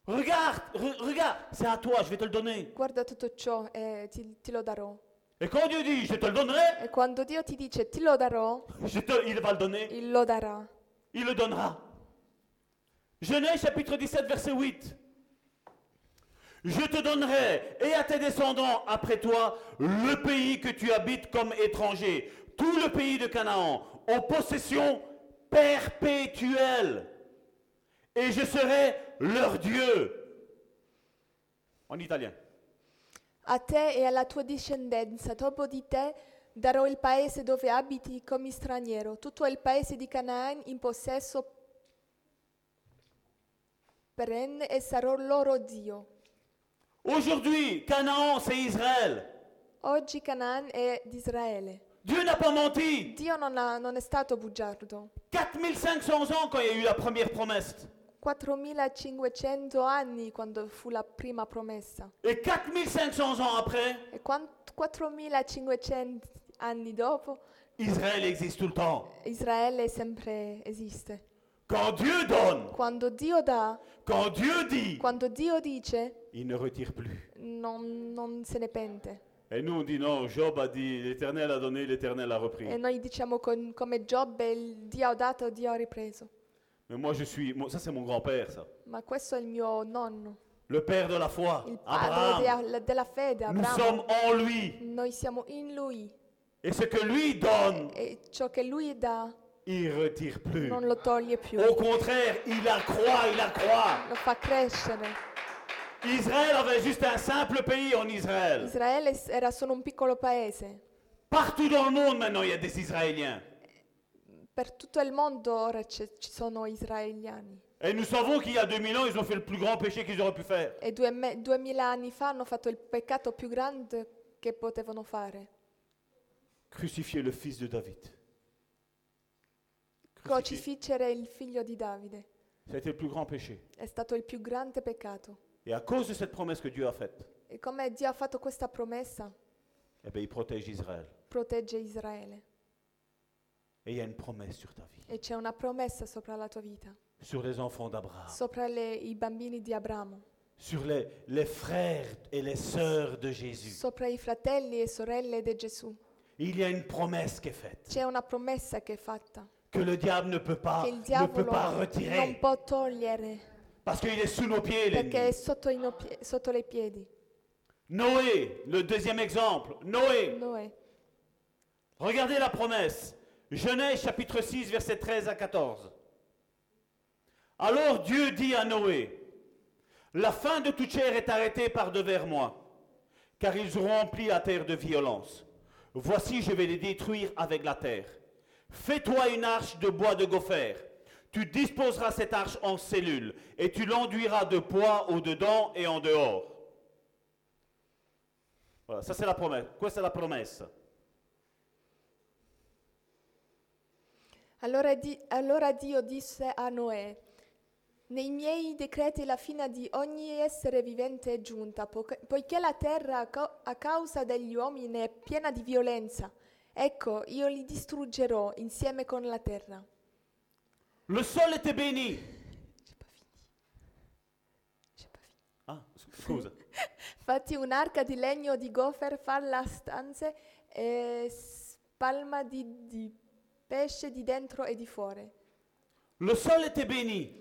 regarde, re- regarde, c'est à toi, je vais te le donner.
guarda tutto ciò e ti, ti lo darò.
Et quand Dieu dit je te le donnerai,
E quando Dio ti dice ti lo darò,
je te- il va le donner,
il lo darà.
il le donnera. Genèse chapitre 17, verset 8. Je te donnerai et à tes descendants après toi le pays que tu habites comme étranger, tout le pays de Canaan, en possession perpétuelle. Et je serai leur Dieu. En italien.
A te e alla tua discendenza, dopo di te, darò il paese dove abiti come straniero, tutto il paese di Canaan in possesso perenne e sarò loro Dio.
Aujourd'hui, Canaan, c'est Israël.
Oggi Canaan è di Israele.
Dieu n'a pas menti.
Dio non, ha- non è stato bugiardo.
4500 ans quand il y a eu la première promesse.
4500 anni quando fu la prima promessa
Et 4500 ans après,
e quan- 4500 anni dopo
Israël existe tout le temps.
Israele sempre esiste.
Quand Dieu donne,
Quando Dio dà,
quand Dieu dit,
quando Dio dice
il ne retire plus.
non, non se ne pente.
Et nous, on dit non, Job a dit, l'Éternel a donné, l'Éternel a repris.
E noi diciamo con- come Giobbe, il Dio ha dato, Dio ha ripreso.
Mais moi, je suis, moi- ça c'est mon grand-père, ça.
Ma questo è il mio nonno,
Le père de la foi,
il padre
Abraham.
dea- della fede,
Nous
Abramo.
sommes en lui.
Noi siamo in lui
Et ce que lui donne,
e ciò che lui dà
il retire plus.
non lo toglie più,
Au contraire, il accroît, il accroît.
lo fa crescere.
Israël avait juste un simple pays en Israël.
Israele s- era solo un piccolo paese.
Partout dans le monde, maintenant, il y a des Israéliens.
Per tutto il mondo ora c'è- ci sono israeliani.
Et nous savons qu'il y a 2000 ans, ils ont fait le plus grand péché qu'ils auraient pu faire.
E due me- duemila anni fa hanno fatto il peccato più grande che potevano fare.
Crucifiez le fils de David. Crucifiez.
Crocifiggere il figlio di Davide.
Ça a été le plus grand péché.
È stato il più grande peccato.
Et à cause de cette promesse que Dieu a faite,
E come Dio ha fatto questa promessa,
eh bien, il protège Israël.
protegge Israele.
Et il y a une promesse sur ta vie,
E c'è una promessa sopra la tua vita,
sur les enfants d'Abraham,
sopra le- i bambini di Abramo,
sur les, les frères et les sœurs de Jésus.
sopra i fratelli e sorelle di Gesù.
Il y a une promesse qui est faite,
C'è una promessa che è fatta,
que le diable ne peut pas,
che il
ne peut
diavolo
pas
non
retirer,
può togliere,
parce qu'il est sous nos pieds,
perché è
l'ennemi.
sotto, i no- pie- sotto les piedi.
Noé, le deuxième exemple. Noé,
Noè.
Regardez la promesse. Genèse chapitre 6, versets 13 à 14. Alors Dieu dit à Noé, La fin de toute chair est arrêtée par devers moi, car ils auront rempli la terre de violence. Voici, je vais les détruire avec la terre. Fais-toi une arche de bois de gopher. Tu disposeras cette arche en cellules, et tu l'enduiras de poids au-dedans et en dehors. Voilà, ça c'est la promesse. Quoi c'est la promesse
Allora, Di- allora Dio disse a Noè, nei miei decreti la fine di ogni essere vivente è giunta, poiché- poiché la terra a, cau- a causa degli uomini è piena di violenza. Ecco, io li distruggerò insieme con la terra.
Le sol était béni.
C'è pas fini. C'è pas fini.
Ah, sc- scusa.
Fatti un'arca di legno di gofer, falla stanze e spalma di, di pesce di dentro e di fuori.
Le sol était béni.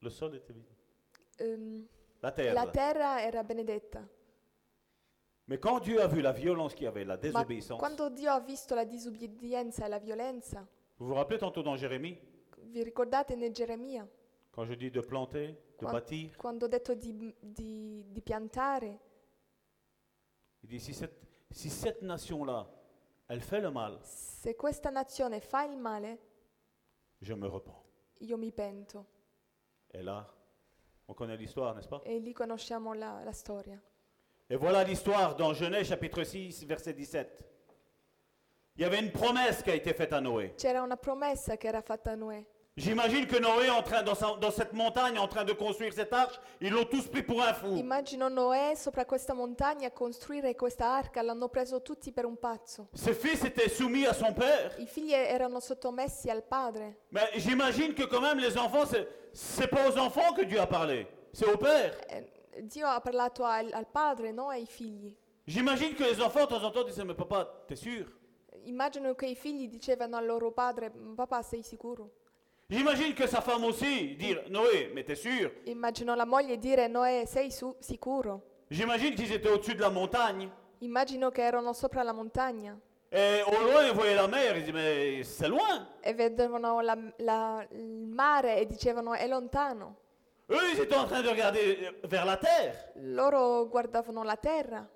Le sol était béni.
Ehm,
La terre.
la terra era benedetta.
Mais quand Dieu a vu la violence qu'il y avait, la
Ma
désobéissance,
quando Dio ha visto la disobbedienza e la violenza,
vous vous rappelez tantôt dans Jérémie,
vi ricordate nel Geremia,
quand je dis de planter, de
Quand-
bâtir,
quando ho detto di, di- di piantare,
il dit si cette, si cette nation-là, elle fait le mal,
se questa nazione fa il male,
je me repens.
io mi pento.
Et là, on connaît l'histoire, n'est-ce pas
E lì conosciamo la, la storia.
Et voilà l'histoire dans Genèse chapitre 6, verset 17. Il y avait une promesse qui a été faite à Noé.
C'era una promessa che era fatta a Noè.
J'imagine que Noé, en train, dans, sa- dans cette montagne, en train de construire cette arche, ils l'ont tous pris pour un fou.
Immagino Noè sopra questa montagna a costruire questa arca, l'hanno preso tutti per un pazzo.
Ses fils étaient soumis à son père.
I figli erano sottomessi al padre.
Mais j'imagine que quand même les enfants, c'est- c'est pas aux enfants que Dieu a parlé, c'est au père.
Eh, Dio ha parlato al, al padre, non ai figli.
J'imagine que les enfants, de temps en temps, disaient, mais papa, t'es sûr
Immagino che i figli dicevano al loro padre, "Mm, papà sei sicuro?
J'imagine que sa femme aussi, dire, Noé, mais t'es sûr
Immagino la moglie dire, Noè sei su- sicuro?
J'imagine qu'ils étaient au-dessus de la montagne.
Immagino che erano sopra la montagna
Et au loin, ils voyaient la mer, ils disaient, mais c'est loin.
e vedevano la- la- il mare e dicevano, è lontano.
Eux, ils étaient en train de regarder euh, vers la terre.
Loro guardavano la terra,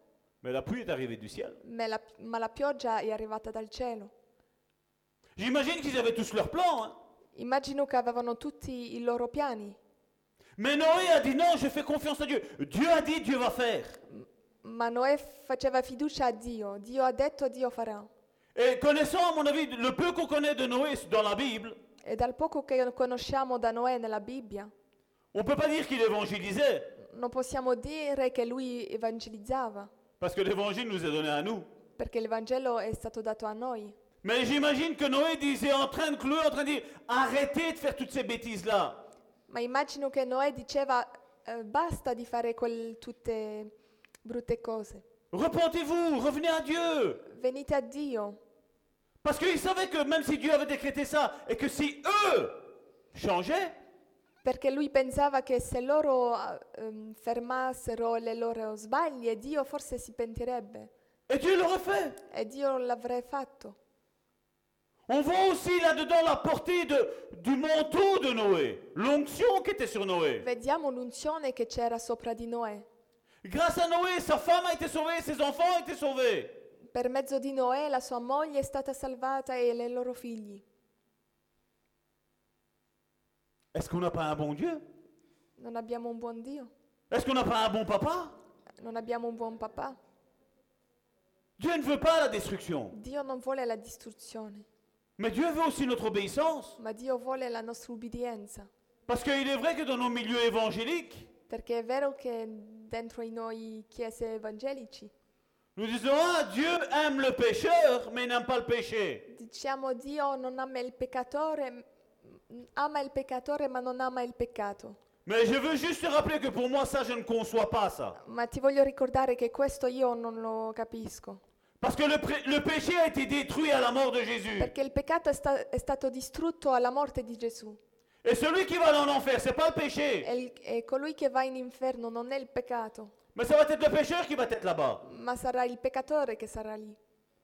Mais la pluie est arrivée du ciel.
ma la, ma la pioggia è arrivata dal cielo.
J'imagine qu'ils avaient tous leurs plans. hein.
Immagino che avevano tutti i loro piani,
Mais Noé a dit, non, je fais confiance à Dieu. Dieu a dit, Dieu va faire.
ma Noè faceva fiducia a Dio. Dio ha detto, Dio farà.
Et connaissant, à mon avis, le peu qu'on connaît de Noé dans la Bible,
E dal poco che conosciamo da Noè nella Bibbia,
on ne peut pas dire qu'il évangélisait,
non possiamo dire che lui evangelizzava,
parce que l'évangile nous est donné à nous.
perché il Vangelo è stato dato a noi.
Mais j'imagine que Noé disait, en train de clouer, en train de dire, arrêtez de faire toutes ces bêtises-là.
Ma immagino che Noè diceva eh, basta di fare quel- tutte brutte cose.
Repentez-vous, revenez à Dieu.
Venite a Dio,
Parce qu'ils savaient que même si Dieu avait décrété ça, et que si eux changeaient,
perché lui pensava che se loro ah, ehm, fermassero le loro sbaglie, Dio forse si pentirebbe
et Dieu l'aurait fait.
e Dio l'avrebbe fatto.
On voit aussi là-dedans la portée de- du manteau de Noé, l'onction qui était sur Noé.
Vediamo l'unzione che c'era sopra di Noè.
Grâce à Noé, sa femme a été sauvée, ses enfants ont été sauvés.
Per mezzo di Noè la sua moglie è stata salvata e le loro figli.
Est-ce qu'on n'a pas un bon Dieu
Non abbiamo un buon Dio,
Est-ce qu'on n'a pas un bon papa
non abbiamo un buon papà.
Dieu ne veut pas la destruction,
Dio non vuole la distruzione,
mais Dieu veut aussi notre obéissance.
ma Dio vuole la nostra ubbidienza.
Parce qu'il est vrai que dans nos milieux évangéliques,
Perché è vero che dentro i noi chiese evangelici
nous disons, ah, Dieu aime le pécheur, mais il n'aime pas le péché.
diciamo Dio non ama il peccatore, m- ama il peccatore ma non ama il peccato.
Mais je veux juste te rappeler que pour moi, ça, je ne conçois pas ça.
Ma ti voglio ricordare che questo io non lo capisco.
Parce que le, pré- le péché a été détruit à la mort de Jésus.
Perché il peccato è, sta- è stato distrutto alla morte di Gesù.
Et celui qui va dans l'enfer, c'est pas le péché,
E, il- e colui che va in inferno non è il peccato,
mais ça va être le pécheur qui va être là-bas.
ma sarà il peccatore che sarà lì.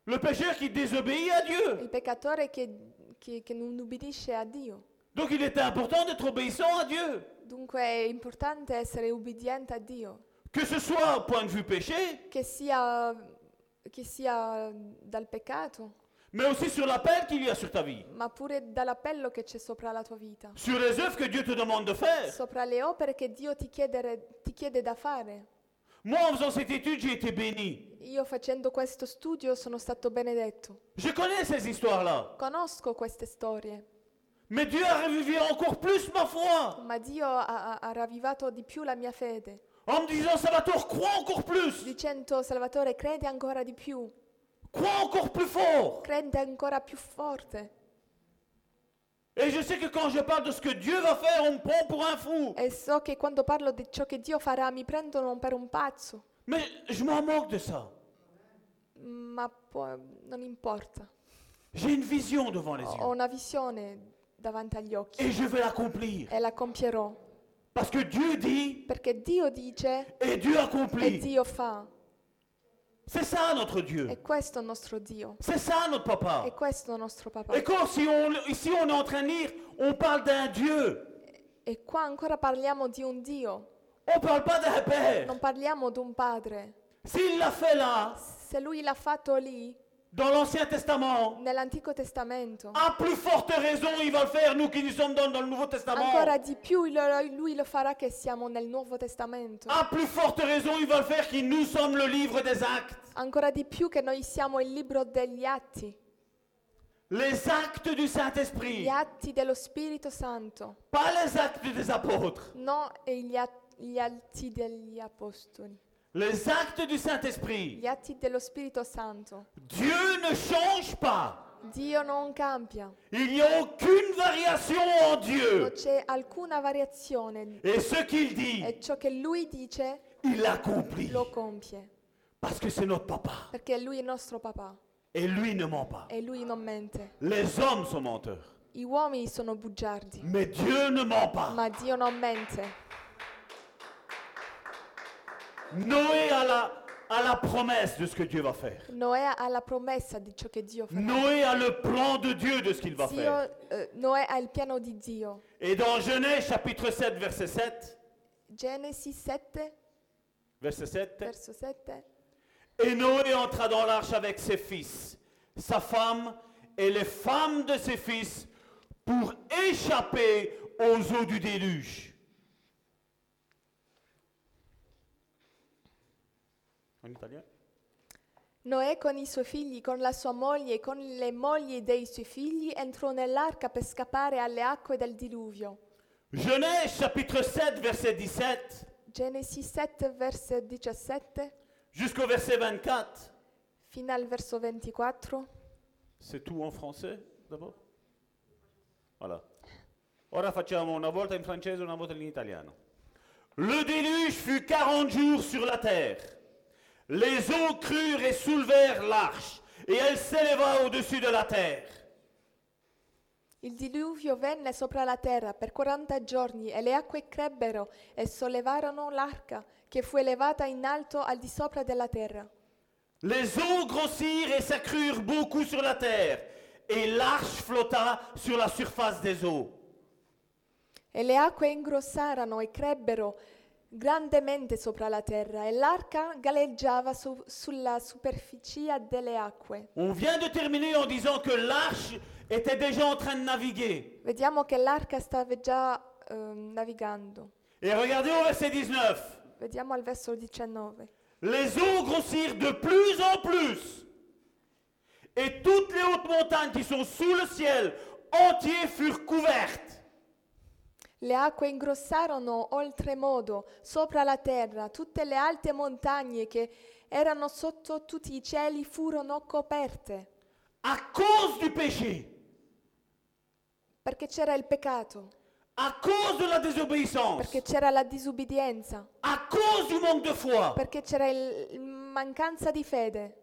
Le pécheur qui désobéit à Dieu.
Il peccatore che, che- che non ubbidisce a Dio.
Donc il était important d'être obéissant à Dieu.
Dunque è importante essere ubbidiente a Dio,
Que ce soit au point de vue péché,
che sia, che sia dal peccato,
mais aussi sur l'appel qu'il y a sur ta vie.
ma pure dall'appello che c'è sopra la tua vita,
Sur les œuvres que Dieu te demande de faire.
sopra le opere che Dio ti, chiedere- ti chiede da fare.
Moi, en faisant cette étude, j'ai été béni.
Io facendo questo studio sono stato benedetto.
Je connais ces histoires-là.
Conosco queste storie,
Mais Dieu a révivé encore plus ma foi.
ma Dio ha, ha- ha ravvivato di più la mia fede,
En me disant, Salvatore, crois encore plus.
dicendo Salvatore credi ancora di più,
Crois encore plus fort.
credi ancora più forte.
Et je sais que quand je parle de ce que Dieu va faire, on me prend pour un fou.
E so che quando parlo di ciò che Dio farà mi prendono per un pazzo,
Mais je m'en moque de ça.
ma poi non importa.
J'ai une vision devant les
Ho
yeux.
una visione davanti agli occhi
Et je vais l'accomplir.
e la compierò,
Parce que Dieu dit
perché Dio dice
et Dieu
e
accomplit.
Dio fa.
C'est ça notre Dieu.
È questo il nostro Dio,
C'est ça notre papa.
è questo il nostro papà.
Et quand si on, ici on est en train de lire, on parle d'un Dieu.
E qua ancora parliamo di un Dio,
On parle pas d'un père.
non parliamo di un padre.
S'il l'a fait là,
Se lui l'ha fatto lì,
dans l'Ancien Testament,
nell'Antico Testamento,
à plus forte raison, il va le faire, nous qui nous sommes dans, dans le Nouveau Testament.
ancora di più lo- lui lo farà che siamo nel Nuovo Testamento.
À plus forte raison, il va le faire, qui nous sommes le livre des actes.
Ancora di più che noi siamo il libro degli atti,
Les actes du
gli
Saint-Esprit,
atti dello Spirito Santo,
pas les actes des apôtres.
no e gli, at- gli atti degli apostoli,
Les actes du Saint-Esprit.
gli atti dello Spirito Santo.
Dieu ne change pas.
Dio non cambia,
Il n'y a aucune variation en Dieu.
non c'è alcuna variazione
Et ce qu'il dit,
e ciò che lui dice
il l'accomplit.
lo compie,
Parce que c'est notre papa.
perché lui è il nostro papà
Et lui ne ment pas.
e lui non mente.
Les hommes sont menteurs.
I uomini sono bugiardi.
Mais Dieu ne ment pas.
Ma Dio non mente.
Noé a la, a la promesse de ce que Dieu va faire.
Noè ha la promessa di ciò che Dio fa.
Noé a le plan de Dieu de ce qu'il Mm, va faire.
Dio, eh, Noè ha il piano di Dio.
Et dans Genèse chapitre 7, verset 7,
Genesi 7,
verset 7,
verso 7.
et Noé entra dans l'arche avec ses fils, sa femme et les femmes de ses fils pour échapper aux eaux du déluge. En italien
Noè con i suoi figli, con la sua moglie e con le mogli dei suoi figli entrò nell'arca per scappare alle acque del diluvio.
Genèse chapitre 7, verset 17
Genesi 7, verso 17
jusqu'au verset 24.
fino al verso 24.
C'est tout en français d'abord Voilà. Ora facciamo una volta in francese, una volta in italiano. Le déluge fut 40 jours sur la terre. Les eaux crurent et soulevèrent l'arche, et elle s'éleva au-dessus de la terre.
Il diluvio venne sopra la terra per 40 giorni e le acque crebbero e sollevarono l'arca che fu elevata in alto al di sopra della terra.
Les eaux grossirent et s'accrurent beaucoup sur la terre, et l'arche flotta sur la surface des eaux.
E le acque ingrossarono e crebbero grandemente sopra la terra e l'arca galleggiava su- sulla superficie delle acque.
On vient de terminer en disant que l'arche était déjà en train de naviguer.
Vediamo che l'arca stava già ehm, navigando.
Et regardez au verset 19.
Vediamo al verso 19.
Les eaux grossirent de plus en plus. Et toutes les hautes montagnes qui sont sous le ciel entier furent couvertes.
Le acque ingrossarono oltremodo sopra la terra, tutte le alte montagne che erano sotto tutti i cieli furono coperte,
À cause du péché,
perché c'era il peccato,
à cause de la désobéissance,
perché c'era la disubbidienza,
à cause du manque de foi,
perché c'era il- il mancanza di fede.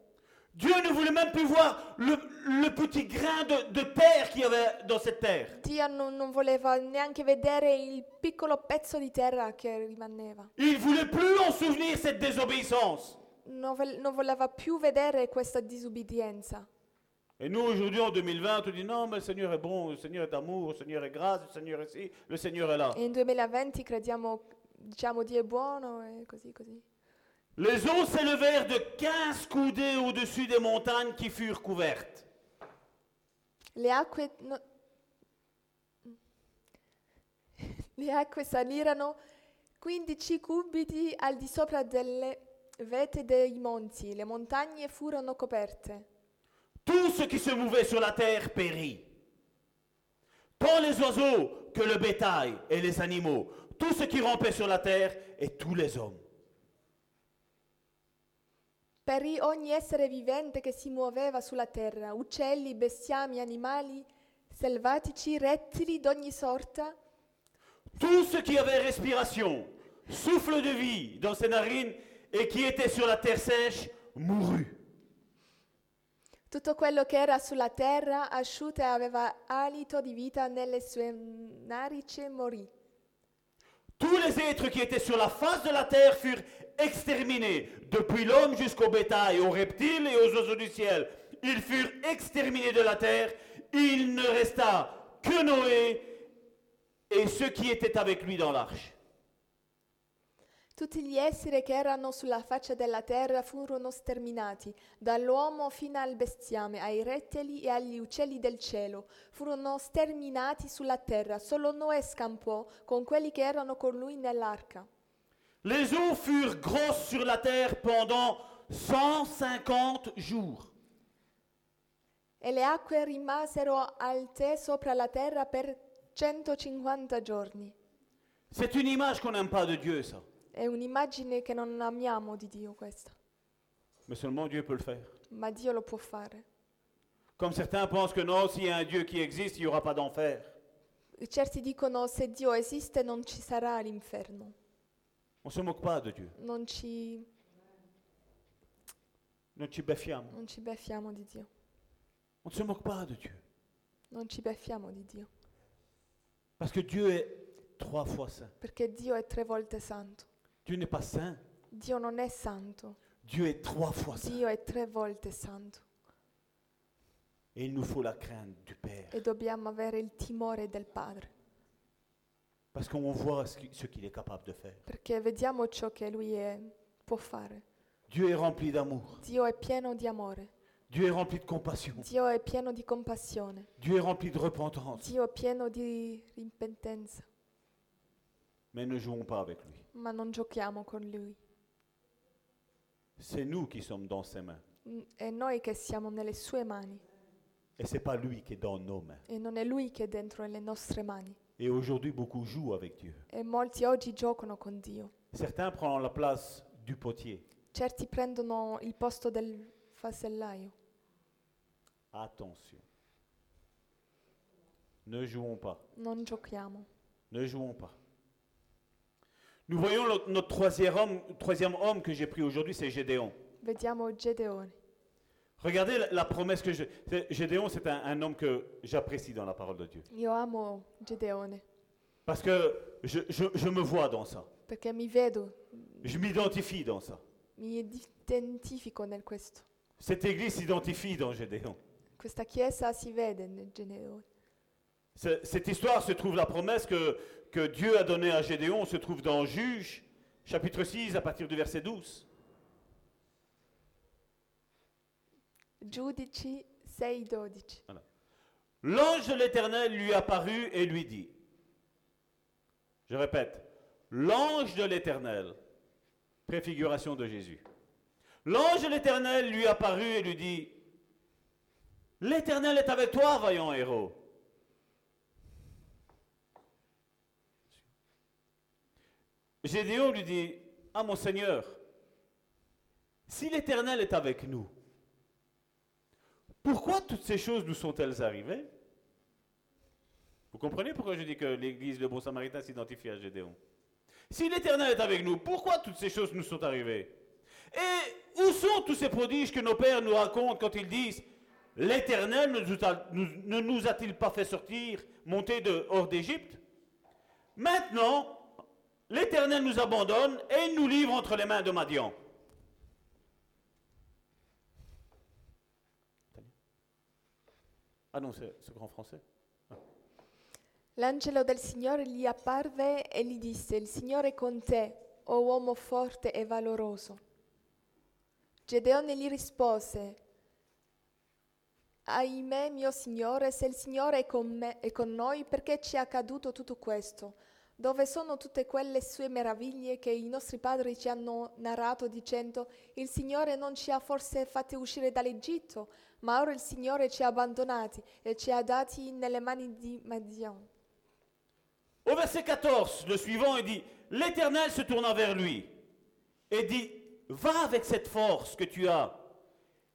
Dieu ne voulait même plus voir le, le petit grain de, de terre qu'il y avait dans cette terre.
Dio non, non voleva neanche vedere il piccolo pezzo di terra che rimaneva,
Il voulait plus en souvenir cette désobéissance.
non, vol- non voleva più vedere questa disubbidienza.
Et nous, aujourd'hui, en 2020, on dit non, mais le Seigneur est bon, le Seigneur est amour, le Seigneur est grâce, le Seigneur est ci, le Seigneur est là.
E in 2020 crediamo, diciamo Dio è buono e così così.
Les eaux s'élevèrent de 15 coudées au-dessus des montagnes qui furent couvertes.
Le acque, no- le acque salirono 15 cubiti al di sopra delle vette dei monti, le montagne furono coperte.
Tout ce qui se mouvait sur la terre périt. Tant les oiseaux que le bétail et les animaux, tout ce qui rampait sur la terre et tous les hommes.
Perì ogni essere vivente che si muoveva sulla terra, uccelli, bestiami, animali selvatici, rettili d'ogni sorta,
Tout ce qui avait respiration, souffle de vie dans ses narines et qui était sur la terre sèche mourut.
tutto quello che era sulla terra asciutta e aveva alito di vita nelle sue narici morì.
Tous les êtres qui étaient sur la face de la terre furent exterminés, depuis l'homme jusqu'au bétail, aux reptiles et aux oiseaux du ciel. Ils furent exterminés de la terre. Il ne resta que Noé et ceux qui étaient avec lui dans l'arche.
Tutti gli esseri che erano sulla faccia della terra furono sterminati, dall'uomo fino al bestiame, ai rettili e agli uccelli del cielo. Furono sterminati sulla terra, solo Noè scampò con quelli che erano con lui nell'arca.
Les eaux furent grosses sur la terre pendant 150 jours.
E le acque rimasero alte sopra la terra per 150 giorni.
C'est une image qu'on n'aime pas de Dieu, ça.
È un'immagine che non amiamo di Dio questa,
Mais seulement Dieu peut le faire.
ma Dio lo può fare.
Comme certains pensent que non, s'il y a un Dieu qui existe, il n'y aura pas d'enfer.
Certi dicono se Dio esiste non ci sarà l'inferno,
On ne se moque pas de Dieu.
non ci,
Non ci beffiamo.
non ci beffiamo di Dio,
On ne se moque pas de Dieu.
non ci beffiamo di Dio,
Parce que Dieu est trois fois saint.
perché Dio è tre volte santo.
Dieu n'est pas saint.
Dio non è santo,
Dieu est trois fois saint.
Dio è tre volte santo
Et il nous faut la crainte du Père.
e dobbiamo avere il timore del Padre,
Parce qu'on voit ce qui- ce qu'il est capable de faire.
perché vediamo ciò che Lui è- può fare.
Dieu est rempli d'amour.
Dio è pieno di amore,
Dieu est rempli de compassion.
Dio è pieno di compassione,
Dieu est rempli de repentance.
Dio è pieno di ripentenza,
Mais ne jouons pas avec lui.
ma non giochiamo con Lui.
C'est nous qui sommes dans ses mains.
Mm, È noi che siamo nelle sue mani
Et c'est pas lui qui est dans nos mains.
e non è lui che è dentro le nostre mani.
Et aujourd'hui, beaucoup jouent avec Dieu.
E molti oggi giocano con Dio.
Certains prennent la place du potier.
Certi prendono il posto del fasellaio.
Attention. Ne jouons pas.
Non giochiamo.
Ne jouons pas. Nous voyons le- notre troisième homme, troisième homme que j'ai pris aujourd'hui, c'est Gédéon.
Vediamo Gedeone.
Regardez la, la promesse que je... c'est- Gédéon, c'est un, un homme que j'apprécie dans la parole de Dieu.
Io amo Gedeone
Parce que je, je- je me vois dans ça.
perché mi vedo,
Je m'identifie dans ça.
mi identifico nel questo.
Cette église s'identifie dans Gédéon.
Questa chiesa si vede nel Gedeone.
Ce- Cette histoire se trouve, la promesse que, que Dieu a donnée à Gédéon se trouve dans Juge, chapitre 6, à partir du verset 12.
Giudici 6:12.
L'ange de l'Éternel lui apparut et lui dit, je répète, l'ange de l'Éternel, préfiguration de Jésus, l'ange de l'Éternel lui apparut et lui dit, l'Éternel est avec toi, vaillant héros. Gédéon lui dit, ah mon Seigneur, si l'Éternel est avec nous, pourquoi toutes ces choses nous sont-elles arrivées Vous comprenez pourquoi je dis que l'Église, le bon samaritain, s'identifie à Gédéon Si l'Éternel est avec nous, pourquoi toutes ces choses nous sont arrivées Et où sont tous ces prodiges que nos pères nous racontent quand ils disent L'Éternel ne nous a- nous- ne nous a-t-il pas fait sortir, monter de hors d'Égypte Maintenant, l'Éternel nous abandonne et nous livre entre les mains de Madian. Ah non, c'est ce grand français.
L'angelo del Signore gli apparve e gli disse, il Signore è con te, o uomo forte e valoroso. Gedeone gli rispose, ahimè mio Signore, se il Signore è con, me, è con noi, perché ci è accaduto tutto questo? Dove sono tutte quelle sue meraviglie che i nostri padri ci hanno narrato dicendo, il Signore non ci ha forse fatti uscire dall'Egitto, ma ora il Signore ci ha abbandonati e ci ha dati nelle mani di Madian.
Au verset 14, le suivant, il dit, l'Éternel se tourna vers lui et dit, va avec cette force que tu as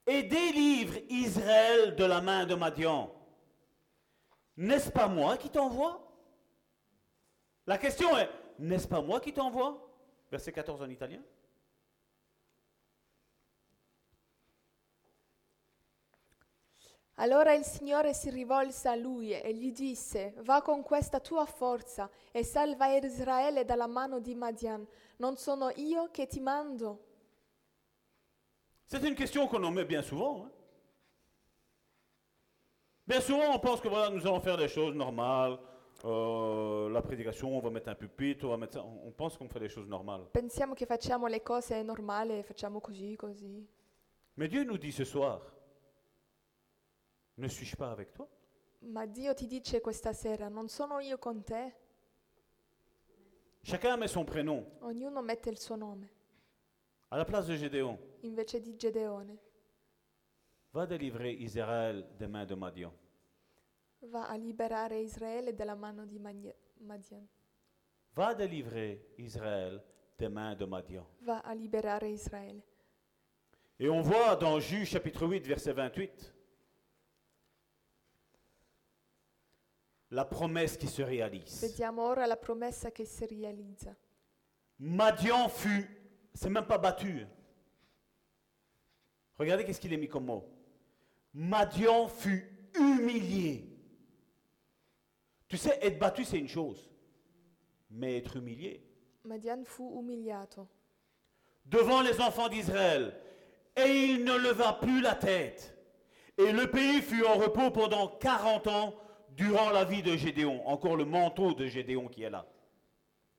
et délivre Israël de la main de Madian. N'est-ce pas moi qui t'envoie La question est, n'est-ce pas moi qui t'envoie Verset 14 en italien.
Allora il Signore si rivolse a lui e gli disse, va con questa tua forza e salva Israele dalla mano di Madian. Non sono io che ti mando?
C'est une question qu'on en met bien souvent. hein. Bien souvent, on pense que voilà, nous allons faire des choses normales. euh, la prédication, on va mettre un pupitre, on va mettre ça. On on pense qu'on fait des choses normales.
Pensiamo che facciamo le cose normali, facciamo così, così.
Mais Dieu nous dit ce soir, ne suis-je pas avec toi
Ma Dio ti dice questa sera, non sono io con te?
Chacun met son prénom
Ognuno mette il suo nome,
à la place de Gédéon.
invece di Gedeone.
Va délivrer Israël des mains de Madian.
Va a liberare Israele dalla mano di Magne- Madian.
Va délivrer Israël des mains de Madian.
Va a liberare Israele.
Et on voit dans Juge chapitre 8, verset 28, la promesse qui se réalise.
Vediamo ora la promessa che si realizza.
Madian fut, c'est même pas battu. hein. Regardez qu'est-ce qu'il est mis comme mot. Madian fut humilié. Tu sais, être battu, c'est une chose. Mais être humilié,
Madian fu umiliato
devant les enfants d'Israël, et il ne leva plus la tête. Et le pays fut en repos pendant 40 ans durant la vie de Gédéon. Encore le manteau de Gédéon qui est là.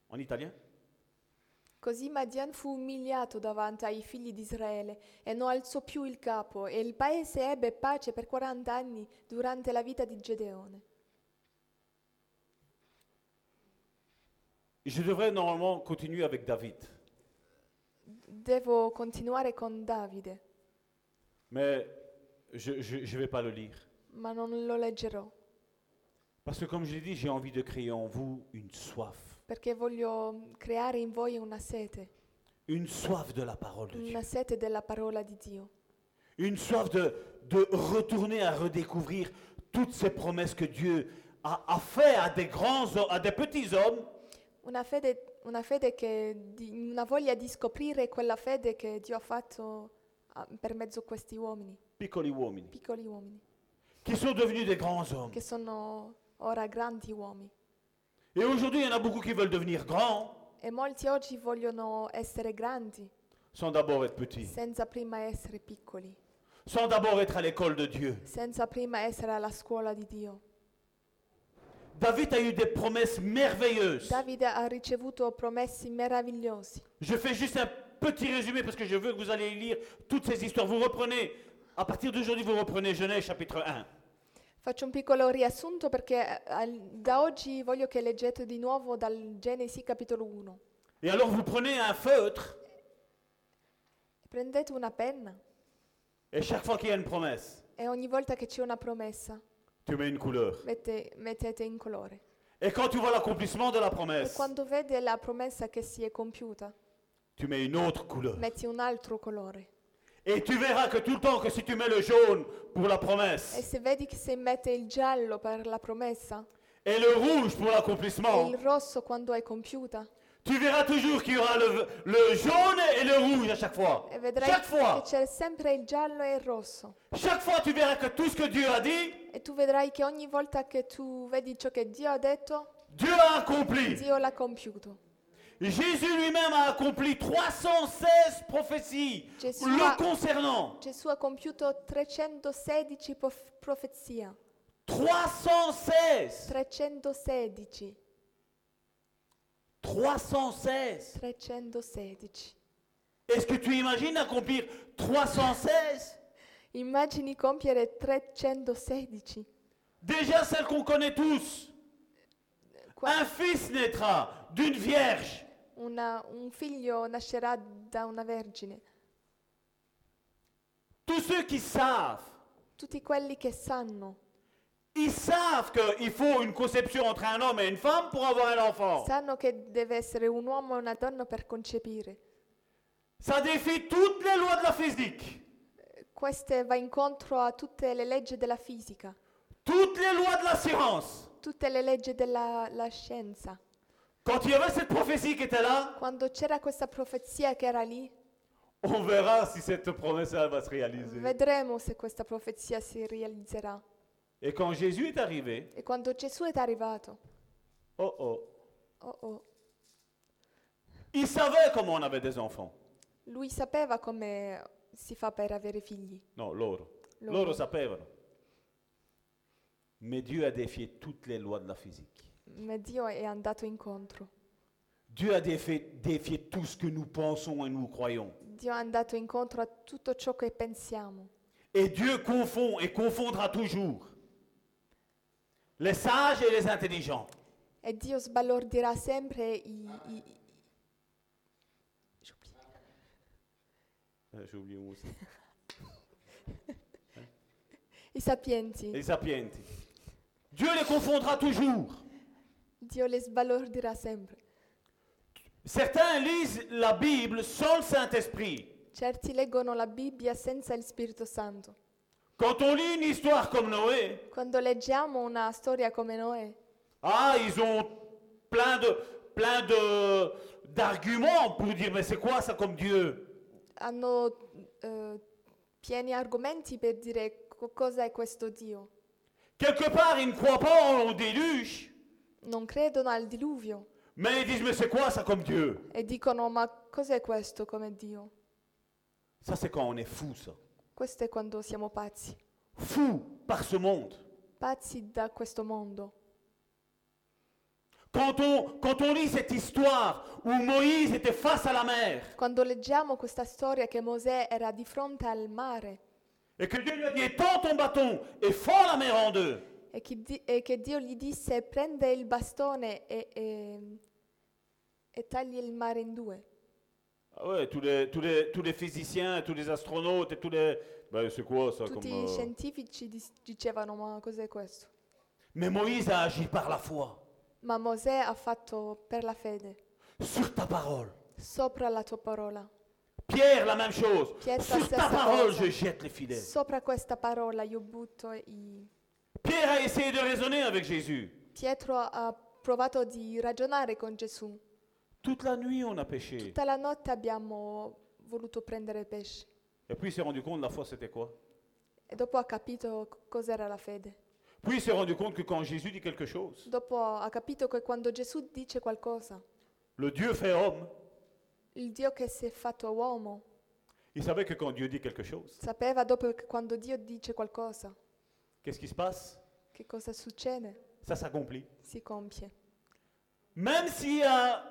En italien
Così Madian fu umiliato davanti ai figli di Israele e non alzò più il capo e il paese ebbe pace per 40 anni durante la vita di Gedeone.
Je devrais normalement continuer avec David.
Devo continuare con Davide,
Mais je ne vais pas le lire.
ma non lo leggerò
Parce que comme je l'ai dit, j'ai envie de créer en vous une soif.
perché voglio creare in voi una sete,
Une soif de la parole de Dieu.
una sete della parola di Dio,
Une soif de, de retourner à redécouvrir toutes ces promesses que Dieu a, a fait à des grands ho- à des petits hommes,
una fede, una fede che, di- una voglia di scoprire quella fede che Dio ha fatto ah, per mezzo a questi uomini,
piccoli uomini,
piccoli uomini,
qui sont devenus des grands hommes.
che sono ora grandi uomini.
Et aujourd'hui, il y en a beaucoup qui veulent devenir grands
E molti oggi vogliono essere grandi
sans d'abord être petits,
senza prima essere piccoli,
sans d'abord être à l'école de Dieu.
senza prima essere alla scuola di Dio.
David a eu des promesses merveilleuses.
Davide ha ricevuto promessi meravigliosi.
Je fais juste un petit résumé parce que je veux que vous allez lire toutes ces histoires. Vous reprenez, à partir d'aujourd'hui, vous reprenez Genèse chapitre 1.
Faccio un piccolo riassunto perché eh, al- da oggi voglio che leggete di nuovo dal Genesi capitolo 1.
Et alors vous prenez un feutre
Prendete una penna
et chaque fois qu'il y a une promesse,
e ogni volta che c'è una promessa
tu mets une couleur.
mette- mettete in colore.
Et quand tu vois l'accomplissement de la
E
promesse,
quando vede la promessa che si è compiuta,
tu mets une autre couleur.
metti un altro colore.
Et tu verras que tout le temps que si tu mets le jaune pour la
E
promesse
se vedi che se mette il giallo per la promessa,
et le rouge pour
e
l'accomplissement,
il rosso quando è compiuta
tu verras toujours qu'il y aura le, le jaune et le rouge à chaque fois.
e vedrai
Chaque
che
fois,
c'è sempre il giallo e il rosso
chaque fois, tu verras que tout ce que Dieu a dit,
e tu vedrai che ogni volta che tu vedi ciò che Dio ha detto
Dieu a accompli.
Dio l'ha compiuto
Jésus lui-même a accompli 316 prophéties
Jésus a-
le concernant.
Gesù ha compiuto 316 pof- profezie
316
316
316
316
Est-ce que tu imagines accomplir 316
immagini compiere 316
Déjà celle qu'on connaît tous.
Qua-
Un fils naîtra d'une vierge.
una- un figlio nascerà da una vergine
Tous ceux qui savent,
tutti quelli che sanno
ils savent qu'il faut une conception entre un homme et une femme pour avoir un enfant.
sanno che deve essere un uomo e una donna per concepire
Ça défie toutes les lois de la physique,
Queste va incontro a tutte le leggi della fisica,
toutes les lois de la science.
tutte le leggi della la scienza.
Quand il y avait cette prophétie qui était là,
Quando c'era questa profezia che era lì,
On verra si cette promesse elle va se réaliser.
Vedremo se questa profezia si realizzerà.
Et quand Jésus est arrivé,
E quando Gesù è arrivato,
oh oh,
oh oh,
il savait comment on avait des enfants.
lui sapeva come si fa per avere figli.
No, loro.
Loro.
Loro, sapevano. Mais Dieu a défié toutes les lois de la physique.
Ma Dio è andato incontro.
Dieu a défié, défié tout ce que nous pensons et nous croyons.
Dio è andato incontro a tutto ciò che pensiamo.
Et Dieu confond et confondra toujours les sages et les intelligents.
E Dio sbalordirà sempre i... i- i- Giubbio.
Euh, J'ai oublié mon aussi.
I sapienti.
Les sapienti. Dieu les confondra toujours.
Dio le sbalordirà sempre.
Certains lisent la Bible sans le Saint-Esprit.
Certi leggono la Bibbia senza il Spirito Santo.
Quand on lit une histoire comme Noé,
Quando leggiamo una storia come Noè,
ah, ils ont plein de plein de d'arguments pour dire mais c'est quoi ça comme Dieu
hanno eh, pieni argomenti per dire co- cosa è questo Dio.
Quelque part, ils ne croient pas au déluge,
Non credono al diluvio
mais ils disent mais c'est quoi ça comme Dieu
e dicono ma cos'è questo come Dio?
Ça c'est quand on est fou ça.
Questo è quando siamo pazzi,
Fou par ce monde.
pazzi da questo mondo.
Quand on, quand on lit cette histoire où Moïse était face à la mer
Quando leggiamo questa storia che Mosè era di fronte al mare
et que Dieu lui a dit étends ton bâton et fends la mer en deux,
e che, Di- e che Dio gli disse prende il bastone e, e- e tagli il mare in due.
Ah ouais, tous les, tous, les, tous les physiciens, tous les astronautes et tous les. Ben, c'est quoi ça
Tutti
comme, euh,
i scientifici dis- dicevano ma cos'è questo?
Mais Moïse a agi par la foi,
Ma Mosè ha fatto per la fede,
sur ta parole.
sopra la tua parola,
Pierre, la même chose.
Pierre, ça,
sur
c'est sa
ta parole,
parole.
je jette les filets.
sopra questa parola io butto i...
Pierre a essayé de raisonner avec Jésus.
Pietro ha provato di ragionare con Gesù.
Toute la nuit, on a péché.
Tutta la notte abbiamo voluto prendere pesce
Et puis, il s'est rendu compte, la foi, c'était quoi
e dopo ha capito c- cos'era la fede.
Puis, il s'est rendu compte que quand Jésus dit quelque chose,
Dopo ha capito che quando Gesù dice qualcosa,
le Dieu fait homme.
il Dio che si è fatto uomo
Il savait que quand Dieu dit quelque chose,
sapeva dopo che quando Dio dice qualcosa,
qu'est-ce qui se passe
che cosa succede?
Ça s'accomplit.
Si compie.
Même s'il y a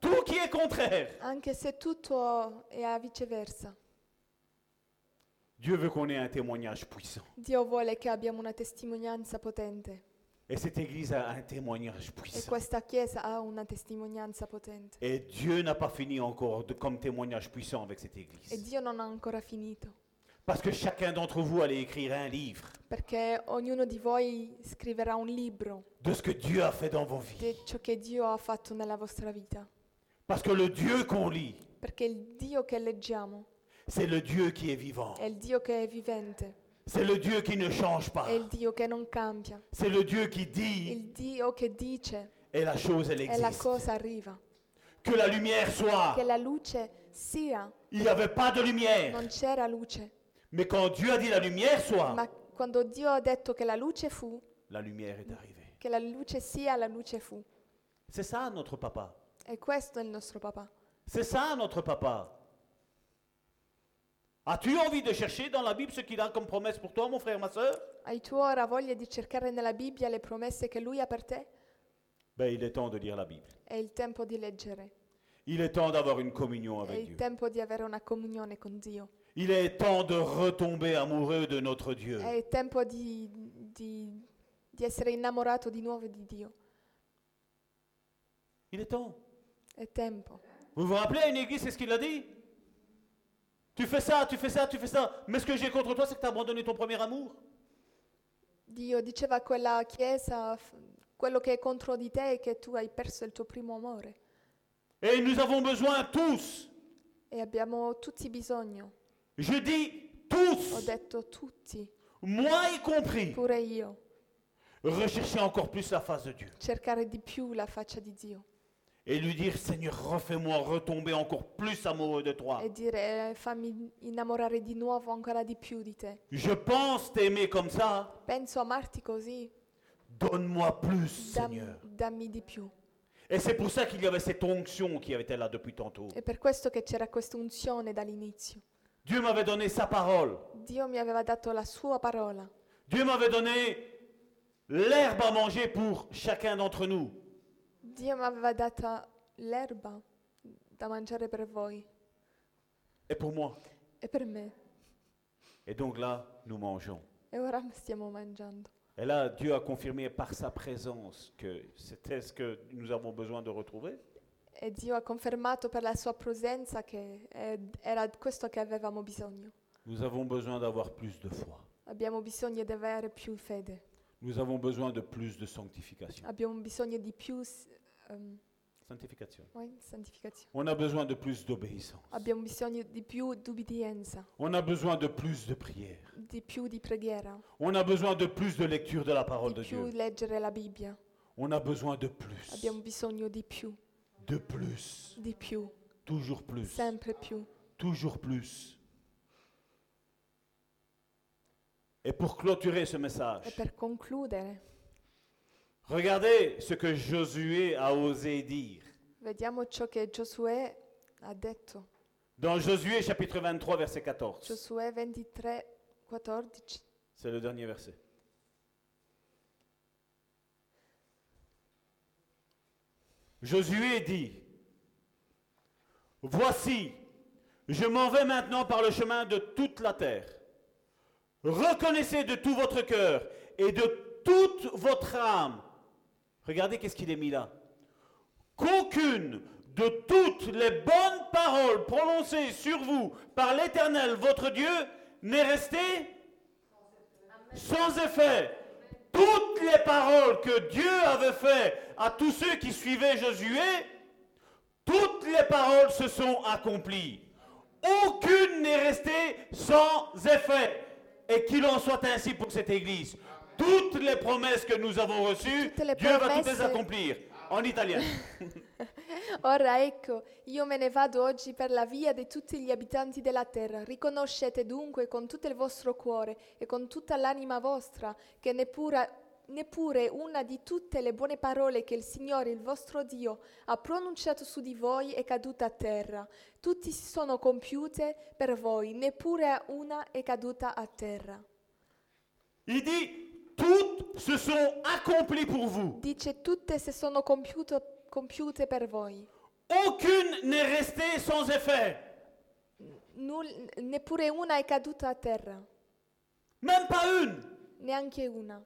tout qui est contraire,
Anche se tutto è a viceversa.
Dieu veut qu'on ait un témoignage puissant.
Dio vuole che abbiamo una testimonianza potente
Et cette église a un témoignage
e
puissant.
questa Chiesa ha una testimonianza potente
Et Dieu n'a pas fini encore de- comme témoignage puissant avec cette
e
église.
Dio non ha ancora finito
Parce que chacun d'entre vous allait écrire un livre
perché ognuno di voi scriverà un libro
de ce que Dieu a fait dans vos
di
vies.
ciò che Dio ha fatto nella vostra vita
Parce que le Dieu qu'on lit,
perché il Dio che leggiamo
c'est le Dieu qui est vivant.
è il Dio che è vivente
C'est le Dieu qui ne change pas.
è il Dio che non cambia
C'est le Dieu qui dit
il Dio che dice
et la chose, elle
e la
existe. Ah.
cosa arriva
Que la lumière soit.
che la luce sia
Il n'y avait pas de lumière.
non c'era luce
Mais quand Dieu a dit la lumière soit,
ma quando Dio ha detto che la luce fu
la lumière est arrivée.
che la luce sia la luce fu
C'est ça notre papa.
E questo è il nostro papà.
C'est ça notre papa. As-tu envie de chercher dans la Bible ce qu'il a comme promesse pour toi, mon frère, ma soeur
Hai tu ora voglia di cercare nella Bibbia le promesse che lui ha per te?
ben, Il est temps de lire la Bible.
È il tempo di leggere,
Il est temps d'avoir une communion
è
avec
il
Dieu.
tempo di avere una comunione con Dio,
Il est temps de retomber amoureux de notre Dieu.
è il tempo di, di- di essere innamorato di nuovo di Dio.
Il est temps.
È tempo.
Vous vous rappelez à une église, c'est ce qu'il a dit Tu fais ça, tu fais ça, tu fais ça. Mais ce que j'ai contre toi, c'est que tu as abandonné ton premier amour.
Dio diceva a quella chiesa, f- quello che è contro di te è che tu hai perso il tuo primo amore
Et nous avons besoin tous,
e abbiamo tutti bisogno,
je dis
ho
tous,
detto tutti,
moi y compris,
pure io,
rechercher encore plus la face de Dieu.
cercare di più la faccia di Dio
et lui dire Seigneur, refais-moi retomber encore plus amoureux de toi.
e dire eh, fammi innamorare di nuovo ancora di più di te.
Je pense t'aimer comme ça.
Penso amarti così,
Donne-moi plus,
dam-
Seigneur.
dammi di più.
Et c'est pour ça qu'il y avait cette onction qui était là depuis tantôt.
È per questo che c'era questa unzione dall'inizio.
Dieu m'avait donné sa parole.
Dio mi aveva dato la sua parola,
Dieu m'avait donné l'herbe à manger pour chacun d'entre nous.
Dio mi aveva data l'erba da mangiare per voi
Et pour moi.
e per me.
Et donc là, nous mangeons.
E ora stiamo mangiando.
Et là, Dieu a confirmé par sa présence que c'était ce que nous avons besoin de retrouver.
E Dio ha confermato per la sua presenza che eh, era questo che avevamo bisogno.
Nous avons besoin d'avoir plus de foi.
Abbiamo bisogno di avere più fede,
Nous avons besoin de plus de sanctification.
abbiamo bisogno di più s- ehm,
Sanctification.
oi, santificazione.
On a besoin de plus d'obéissance.
Abbiamo bisogno di più di ubbidienza,
On a besoin de plus de prière.
di più di preghiera,
On a besoin de plus de lecture de la parole
di
de
più
Dieu.
leggere la Bibbia.
On a besoin de plus.
Abbiamo bisogno di più,
De plus.
di più,
Toujours plus.
sempre più.
Toujours plus. Et pour clôturer ce
E
message,
per concludere,
regardez ce que Josué a osé dire.
vediamo ciò che Giosuè ha detto.
Dans Josué chapitre 23, verset 14.
Giosuè 23, 14.
C'est le dernier verset. Josué dit, Voici, je m'en vais maintenant par le chemin de toute la terre. Reconnaissez de tout votre cœur et de toute votre âme. Regardez qu'est-ce qu'il est mis là. Qu'aucune de toutes les bonnes paroles prononcées sur vous par l'Éternel, votre Dieu, n'est restée sans effet, toutes les paroles que Dieu avait faites à tous ceux qui suivaient Josué, toutes les paroles se sont accomplies. Aucune n'est restée sans effet. Et qu'il en soit ainsi pour cette Église. Toutes les promesses que nous avons reçues,
Tutte le
Dieu va toutes
promesse-
les euh, accomplir. En italien.
Ora ecco, io me ne vado oggi per la via di tutti gli abitanti della terra. Riconoscete dunque con tutto il vostro cuore e con tutta l'anima vostra che neppure, neppure una di tutte le buone parole che il Signore, il vostro Dio, ha pronunciato su di voi è caduta a terra. Tutti si sono compiute per voi, neppure una è caduta a terra.
Il dit, toutes se sont accomplies pour vous.
Dice tutte se sono compiuto- compiute per voi.
Aucune n'est restée sans effet.
Nul- neppure una è caduta a terra.
Même pas une.
Neanche una.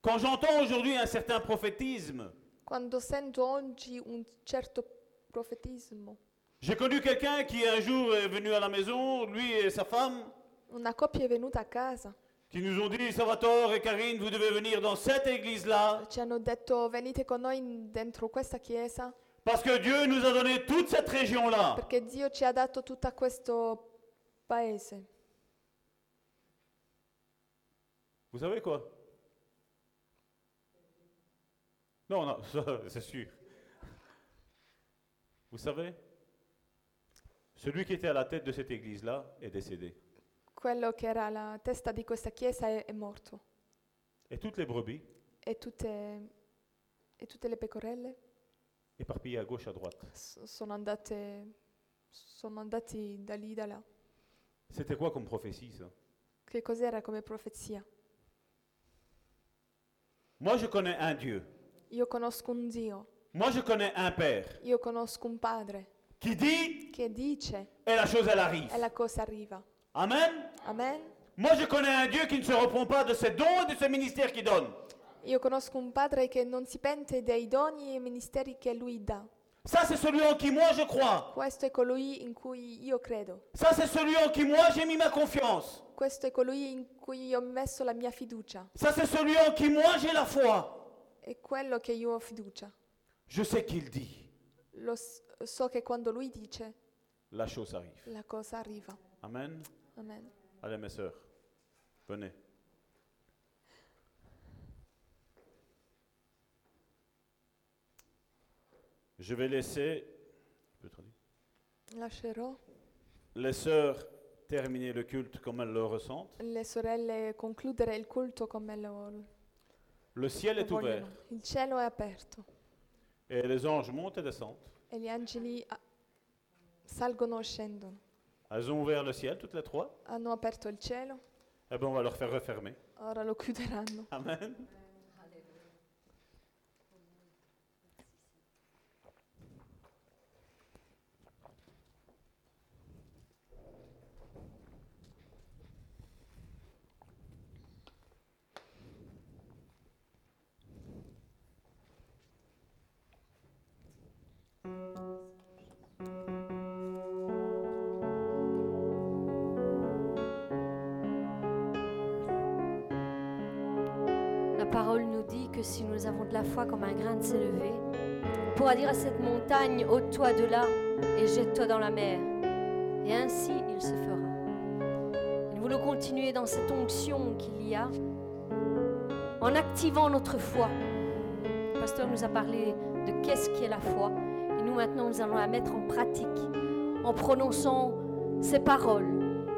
Quand j'entends aujourd'hui un certain prophétisme,
Quando sento oggi un certo profetismo,
J'ai connu quelqu'un qui un jour est venu à la maison, lui et sa femme,
una coppia è venuta a casa,
qui nous ont dit, Salvatore et Karine, vous devez venir dans cette église-là,
ci hanno detto venite con noi in- dentro questa chiesa
parce que Dieu nous a donné toute cette région-là.
perché Dio ci ha dato tutto questo paese.
Vous savez quoi Non, non, ça, c'est sûr. Vous savez Celui qui était à la tête de cette église-là est décédé.
Quello che era la testa di questa chiesa è, è morto
Et toutes les brebis,
e tutte, e tutte le pecorelle
éparpillées à gauche, à droite.
s- sono andate sono andati da lì da là.
C'était quoi comme prophétie, ça
Che cos'era come profezia?
Moi, je connais un Dieu.
Io conosco un Dio,
Moi, je connais un Père.
io conosco un padre
qui dit
che dice
et la chose elle arrive.
e la cosa arriva.
Amen.
Amen.
Moi je connais un Dieu qui ne se reprend pas de ses dons et de ses ministères qu'il donne.
Io conosco un padre che non si pente dei doni e ministeri che lui dà.
Ça c'est celui en qui moi je crois.
Questo è colui in cui io credo.
Ça c'est celui en qui moi j'ai mis ma confiance.
Questo è colui in cui io ho messo la mia fiducia.
Ça c'est celui en qui moi j'ai la foi.
È quello che io ho fiducia.
Je sais qu'il dit.
Lo s- so che quando lui dice,
La chose arrive.
la cosa arriva.
Amen.
Amen.
Allez mes sœurs, venez. Je vais laisser je peux traduire?
Lascerò
les sœurs terminer le culte comme elles le ressentent.
le sorelle concludere il culto come lo, lo
Le ciel est ouvert
vogliono. Il cielo è aperto
et les anges montent et descendent.
e gli angeli a- salgono e scendono.
Elles ont ouvert le ciel, toutes les trois.
Hanno aperto il cielo,
Eh bien, on va leur faire refermer.
ora lo chiuderanno.
Amen.
La parole nous dit que si nous avons de la foi comme un grain de s'élever, on pourra dire à cette montagne, ôte-toi de là et jette-toi dans la mer. Et ainsi il se fera. Nous voulons continuer dans cette onction qu'il y a en activant notre foi. Le pasteur nous a parlé de qu'est-ce qu'est la foi. Et nous maintenant, nous allons la mettre en pratique en prononçant ces paroles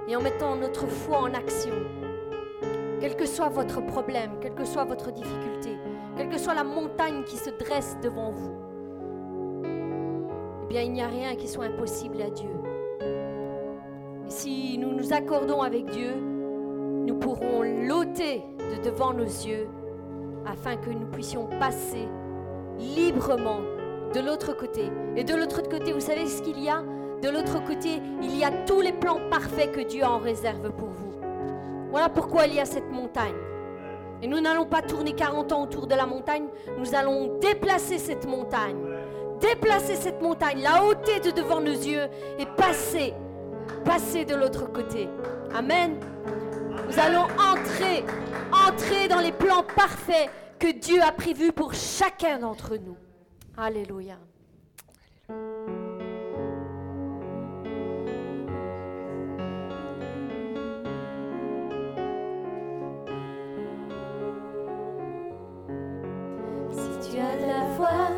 et en mettant notre foi en action quel que soit votre problème, quelle que soit votre difficulté, quelle que soit la montagne qui se dresse devant vous, eh bien, il n'y a rien qui soit impossible à Dieu. Et si nous nous accordons avec Dieu, nous pourrons l'ôter de devant nos yeux afin que nous puissions passer librement de l'autre côté. Et de l'autre côté, vous savez ce qu'il y a De l'autre côté, il y a tous les plans parfaits que Dieu a en réserve pour vous. Voilà pourquoi il y a cette montagne. Et nous n'allons pas tourner 40 ans autour de la montagne, nous allons déplacer cette montagne. Déplacer cette montagne, la ôter de devant nos yeux et passer, passer de l'autre côté. Amen. Nous allons entrer, entrer dans les plans parfaits que Dieu a prévus pour chacun d'entre nous. Alléluia. Si tu as de la foi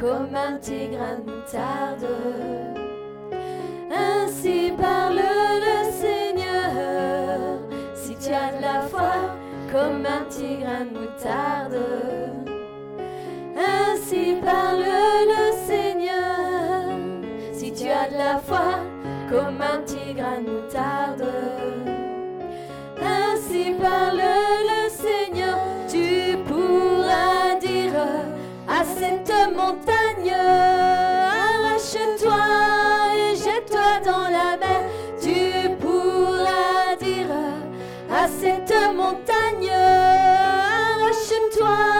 comme un petit grain de moutarde, ainsi parle le Seigneur. Si tu as de la foi comme un petit grain de moutarde, ainsi parle le Seigneur. Si tu as de la foi comme un petit grain de moutarde, ainsi parle le Seigneur, tu pourras dire à cette montagne, arrache-toi et jette-toi dans la mer. Tu pourras dire à cette montagne, arrache-toi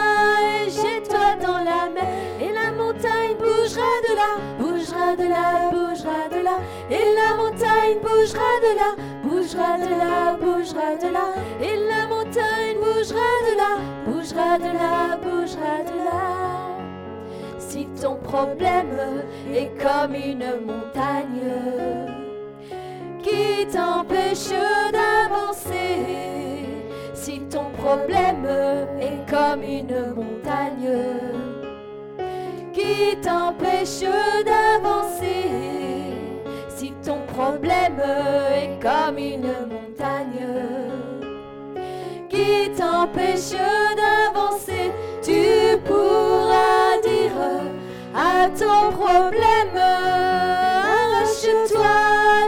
et jette-toi dans la mer. Et la montagne bougera de là, bougera de là, bougera de là. Et la montagne bougera de là, bougera de là, bougera de là. Et la montagne bougera de là, bougera de là, bougera de là. Si ton problème est comme une montagne qui t'empêche d'avancer, si ton problème est comme une montagne qui t'empêche d'avancer. Si ton problème est comme une montagne qui t'empêche d'avancer, tu pourras dire à ton problème arrache-toi,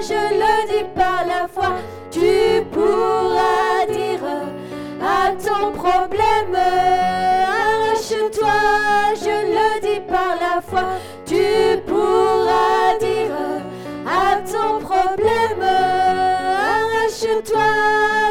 je le dis par la foi. Tu pourras dire à ton problème arrache-toi, je le dis par la foi. Tu pourras dire à ton problème arrache-toi,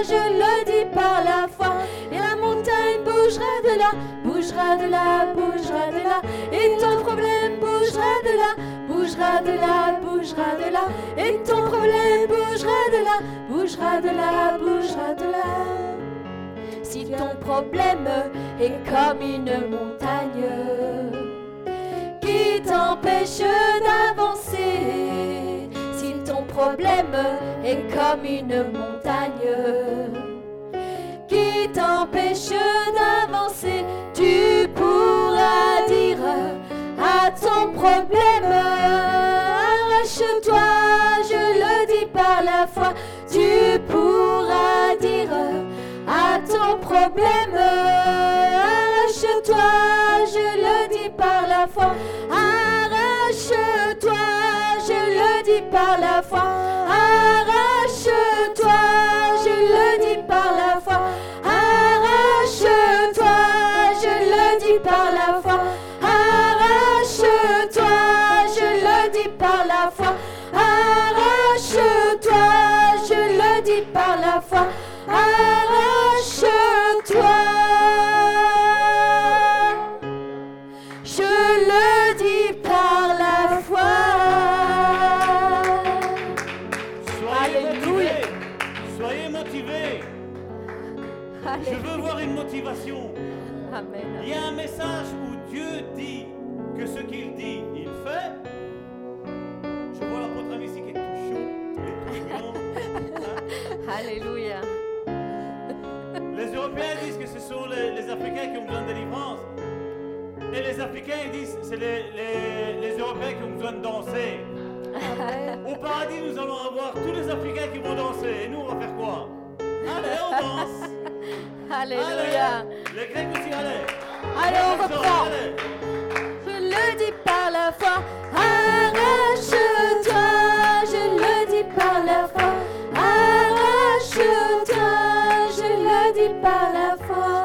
je le dis par la foi. Et la montagne bougera de là, bougera de là, bougera de là. Et ton problème bougera de là, bougera de là, bougera de là. Et ton problème bougera de là, bougera de là, bougera de là. Si ton problème est comme une montagne qui t'empêche d'avancer, si ton problème est comme une montagne qui t'empêche d'avancer, tu pourras dire à ton problème problème. Arrache-toi, je le dis par la foi. Tu pourras dire à ton problème. Arrache-toi, je le dis par la foi. Arrache-toi, je le dis par la foi. Arrache-toi, je le dis par la foi. Arrache-toi, je le dis par la foi. Arrache-toi, je le dis par la foi. Arrache-toi, je le dis par la foi. Arrache-toi. Je le dis par la foi.
Soyez
Alléluia.
motivés. Soyez motivés. Je veux voir une motivation.
Amen.
Il y a un message où Dieu dit que ce qu'il dit, il fait. Je vois l'apôtre Amici qui est tout chaud, il est tout blanc. Hein?
Alléluia.
Les Européens disent que ce sont les, les Africains qui ont besoin de délivrance. Et les Africains ils disent c'est les, les- les Européens qui ont besoin de danser. Au paradis, nous allons avoir tous les Africains qui vont danser. Et nous, on va faire quoi Allez, on danse
Alléluia.
Allez Les Grecs aussi, allez
Allez, on reprend.
Allez.
Je le dis par la foi. Arrache-toi, je le dis par la foi. Arrache-toi, je le dis par la foi.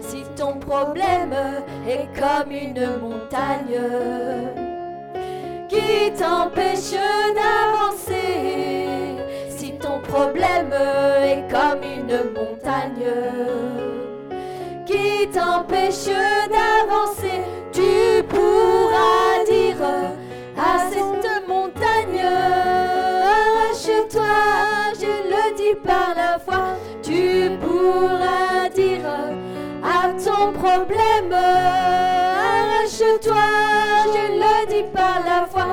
Si ton problème est comme une montagne,
qui t'empêche d'avancer. Si ton problème est comme une montagne qui t'empêche d'avancer, tu pourras dire à cette montagne, arrache-toi, je le dis par la foi, tu pourras dire à ton problème, arrache-toi, je le dis par la foi.